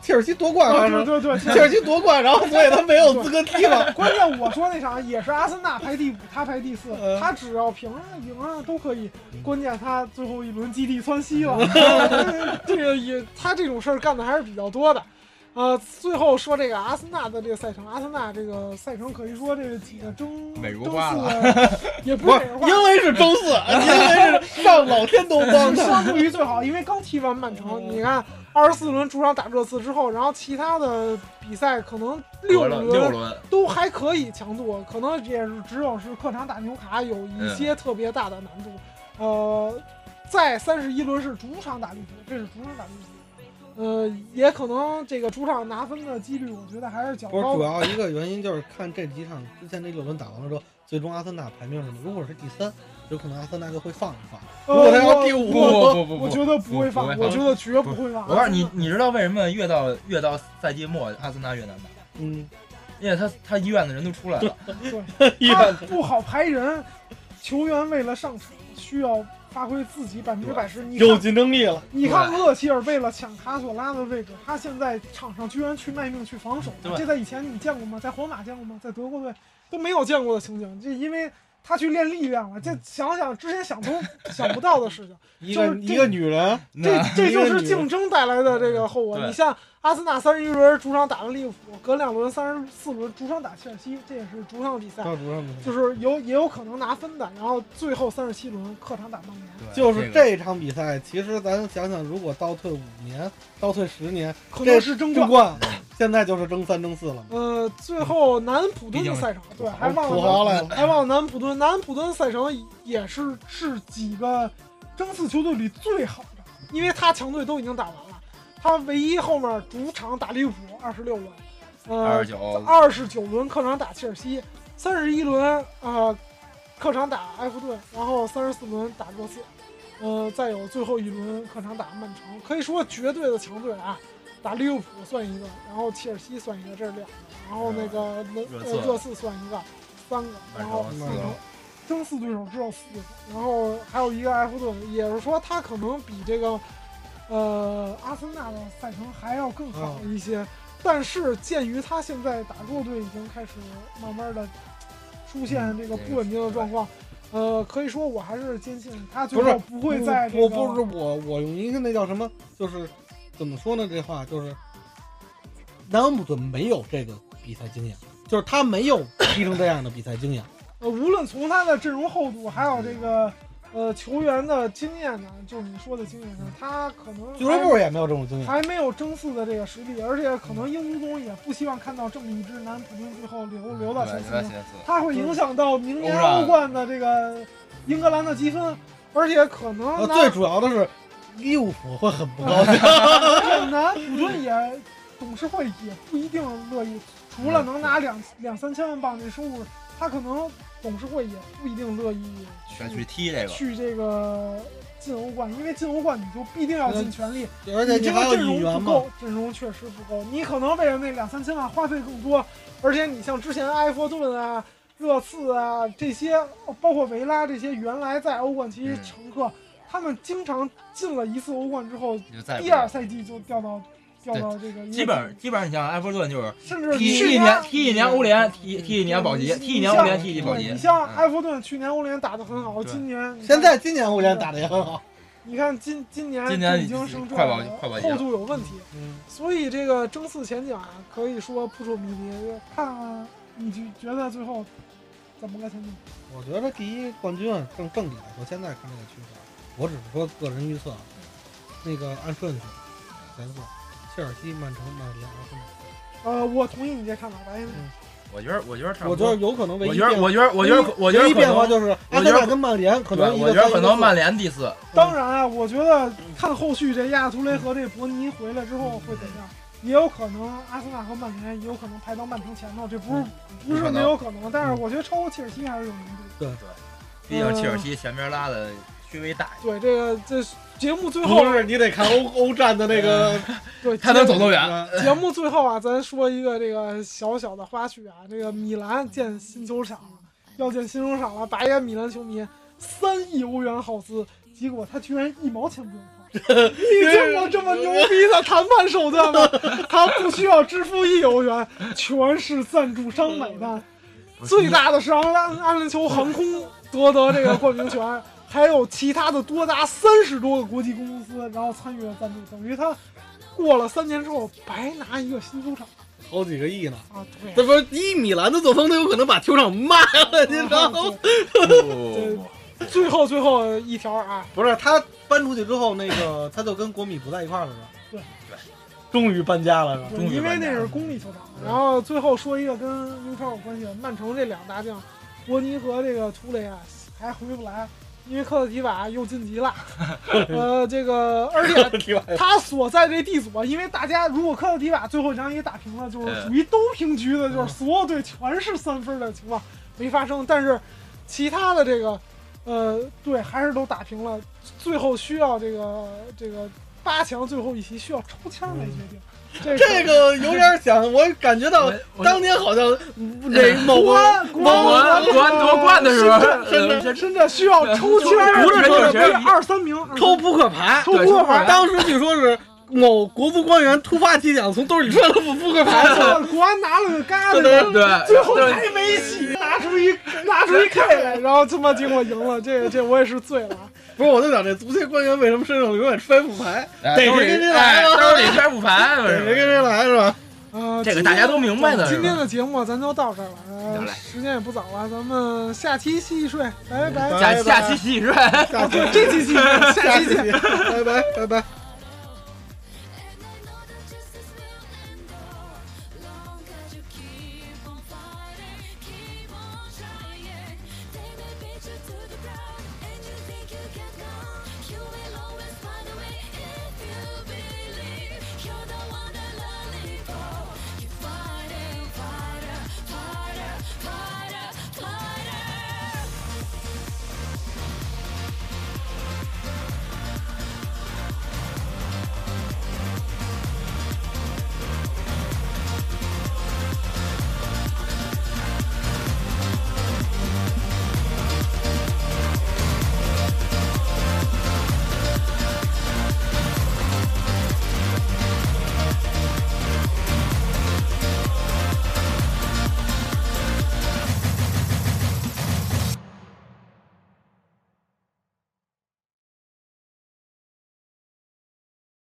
切尔西夺冠还啊，对对是对，切尔西夺冠，然后所以他没有资格踢了。关键我说那场也是阿森纳排第五，他排第四嗯，他只要平啊赢啊都可以。嗯关键他最嗯 后一轮基地窜稀了，这个也他这种事儿干的还是比较多的。呃，最后说这个阿森纳的这个赛程，阿森纳这个赛程可以说这几个争美国争话四了个，也 不不是是美国，话，因为是周 四，因为是上老天都帮相 不于最好，因为刚踢完曼城，你看二十四轮主场打热刺之后，然后其他的比赛可能嗯六隔了六轮轮，都还可以强度，可能也是只有是客场打纽卡有一些特别大的难度。呃，在三十一轮是主场打利物浦，这是主场打利物浦。呃，也可能这个主场拿分的几率，我觉得还是较不是，高主的。要一个原因就是看这几场之前这六轮打完了之后，最终阿森纳排名是什么？如果是第三，有可能阿森纳就会放一放；如果他呃，要我第不五，不不不不，我觉得不会不放，不我觉得绝不会放。我告诉你，你知道为什么越到越到赛季末阿森纳越难打？嗯，因为他他医院的人都出来了，一他般不好排人，球员为了上场需要发挥自己百分之百时。你有看，竞争力了。你看厄齐尔为了抢卡索拉的位置，他现在场上居然去卖命去防守对，这在以前你见过吗？在皇马见过吗？在德国队都没有见过的情景，这因为。他去练力嗯量了，这想想之前想都 想不到的事情，一个就是这一个女人，这 那这就一个是女竞争带来的这个后果。对你像阿森纳三十一轮主场打完利物浦，隔两轮三十四轮主场打切尔西，这也是主场比赛。赵主任不是就是有也有可能拿分的，然后最后三十七轮客场打曼联，就这是个这场比赛，其实咱想想，如果倒退五年、倒退十年，可这能是争争冠。冠，现在就是争三、争四了嘛。呃，最后南普敦的赛程，对， 还忘土了豪来了，还忘了南普敦，南普敦赛程也是是几个争四球队里最好的，因为他强队都已经打完了，他唯一后面主场打利物浦二十六轮，二呃十，九二十九轮客场打切尔西，三十一轮呃客场打埃弗顿，然后三十四轮打热刺，呃，再有最后一轮客场打曼城，可以说绝对的强队啊。打利物浦算一个，然后切尔西算一个，这是两个，然后那个那啊热刺呃热刺算一个，三个，然曼后城四然个后，争四对手只有四个，然后还有一个埃弗顿，也是说他可能比这个呃阿森纳的赛程还要更好一些，但是鉴于他现在打弱队已经开始慢慢的出现这个不稳定的状况，呃，可以说我还是坚信他最不是后 不会在这我个不是我我用一个那叫什么，就是怎么说呢？这话就是南安普顿没有这个比赛经验，就是他没有踢成这样的比赛 经验。呃，无论从他的阵容厚度，还有这个呃球员的经验呢，就是你说的经验呢，他可能俱乐部也没有这种经验。呃还没有争四的这个实力，而且可能英足总也不希望看到这么一支南普敦最后留留到对前对四对名，对它会影响到明年欧战欧冠的这个英格兰的积分，而且可能呃，南最主要的是利物浦会很不高兴。 这南普敦也董事会也不一定乐意，除了能 拿两两三千万镑这收入，他可能董事会也不一定乐意全去踢这个，去这个进欧冠，因为进欧冠你就必定要尽全力，而且哎你这还个有阵引容援不嘛，够，阵容确实不够。你可能为了那两三千万花费更多，而且你像之前埃弗顿啊、热刺啊这些，包括维拉这些原来在欧冠期嗯乘客，他们经常进了一次欧冠之后，你就再也第不二赛季就掉到掉到这个一个基本基本上你像埃弗顿就是甚至踢去一年踢一年欧联，对踢踢一年保级，你踢一年像欧联，踢一年保级。你像嗯埃弗顿去年欧联打得很好，对今年现在今年欧联打得也很好。你看今今年今年就已已经经升快这样保级了快保级后了度有问题。嗯，所以这个争四前景啊，可以说扑朔迷离。看，你就觉得最后怎么个前景？我觉得第一冠军正正理来说，现在看这个趋势，啊我只是说个人预测，啊，那个按顺序前四，切尔西、曼城、曼联、阿森纳。呃，我同意你这看法，白天我觉得我觉得差不我多觉得。有可能唯我一觉变得，我觉得，我觉得，我觉唯得一可变化能，就是阿森纳跟曼联可能对一我个觉得三可一个能四曼联第四，当然啊，我觉得看后续这亚图雷和这伯尼回来之后会怎样，也有可能阿森纳和曼联也有可能排到曼城前头，这不是不是没有可能，但是我觉得超过切尔西还是有难度。毕竟切尔西前面拉的稍微大一对，这个这节目最后不是你得看欧欧战的那个，对点，看能节走目多呃远。呃节目最后啊，咱说一个这个小小的花絮啊，这个米兰建新球场了，要建新球场了，白眼米兰球迷三亿欧元耗资，结果他居然一毛钱不用花。你见过这么牛逼的谈判手段吗？他不需要支付一欧元，全是赞助商买单。最大的是让安安联酋航空夺得这个冠名权，还有其他的多达三十多个国际公司，然后参与了赞助，等于他过了三年之后白拿一个新球场好几个亿呢。啊，对啊这不是一米兰的左锋都有可能把球场卖了，你知道吗？哦对最后最后一条啊， 不是他搬出去之后，那个他就跟国米不在一块儿了，是吧？对对，终于搬家了，是吧？终于啊因为搬家那了是公立球场。嗯然后最后说一个跟英超有关系的，曼城这两大将，伯尼和这个图雷啊，还回不来，因为科特迪瓦又晋 级了。呃，这个而且踢完他所在这地组啊，因为大家如果科特迪瓦最后一场也打平了，就是嗯属于都平局的，就是所有队全是三分的情况没发生。但是其他的这个呃队还是都打平了，最后需要这个这个八强最后一席需要抽签儿来决定。嗯这这个有点想，我感觉到我当年好像哪某国个安国我安我国安夺冠的时候，深呃真的需要抽签儿，不是抽签儿不是二三名，抽扑克牌，抽扑克牌，当时据说是某国足官员突发奇想，从兜里揣了副扑 克牌，哎国安拿了个嘎对的。对，最后对还没洗，拿出一拿出一 K 来，然后他妈结果赢了，这这我也是醉了啊。不是，我就想这足协官员为什么身上永远揣副牌？哎逮兜谁里跟谁哎来吧，兜里揣副 牌，不逮谁跟是谁来是吧？呃，这个大家都明白的是吧今天的节目咱就到这儿了，得呃嘞时间也不早了，咱们下期洗洗睡，拜拜。拜下下期洗洗睡。下期这期洗洗睡，下期见。 拜拜拜拜。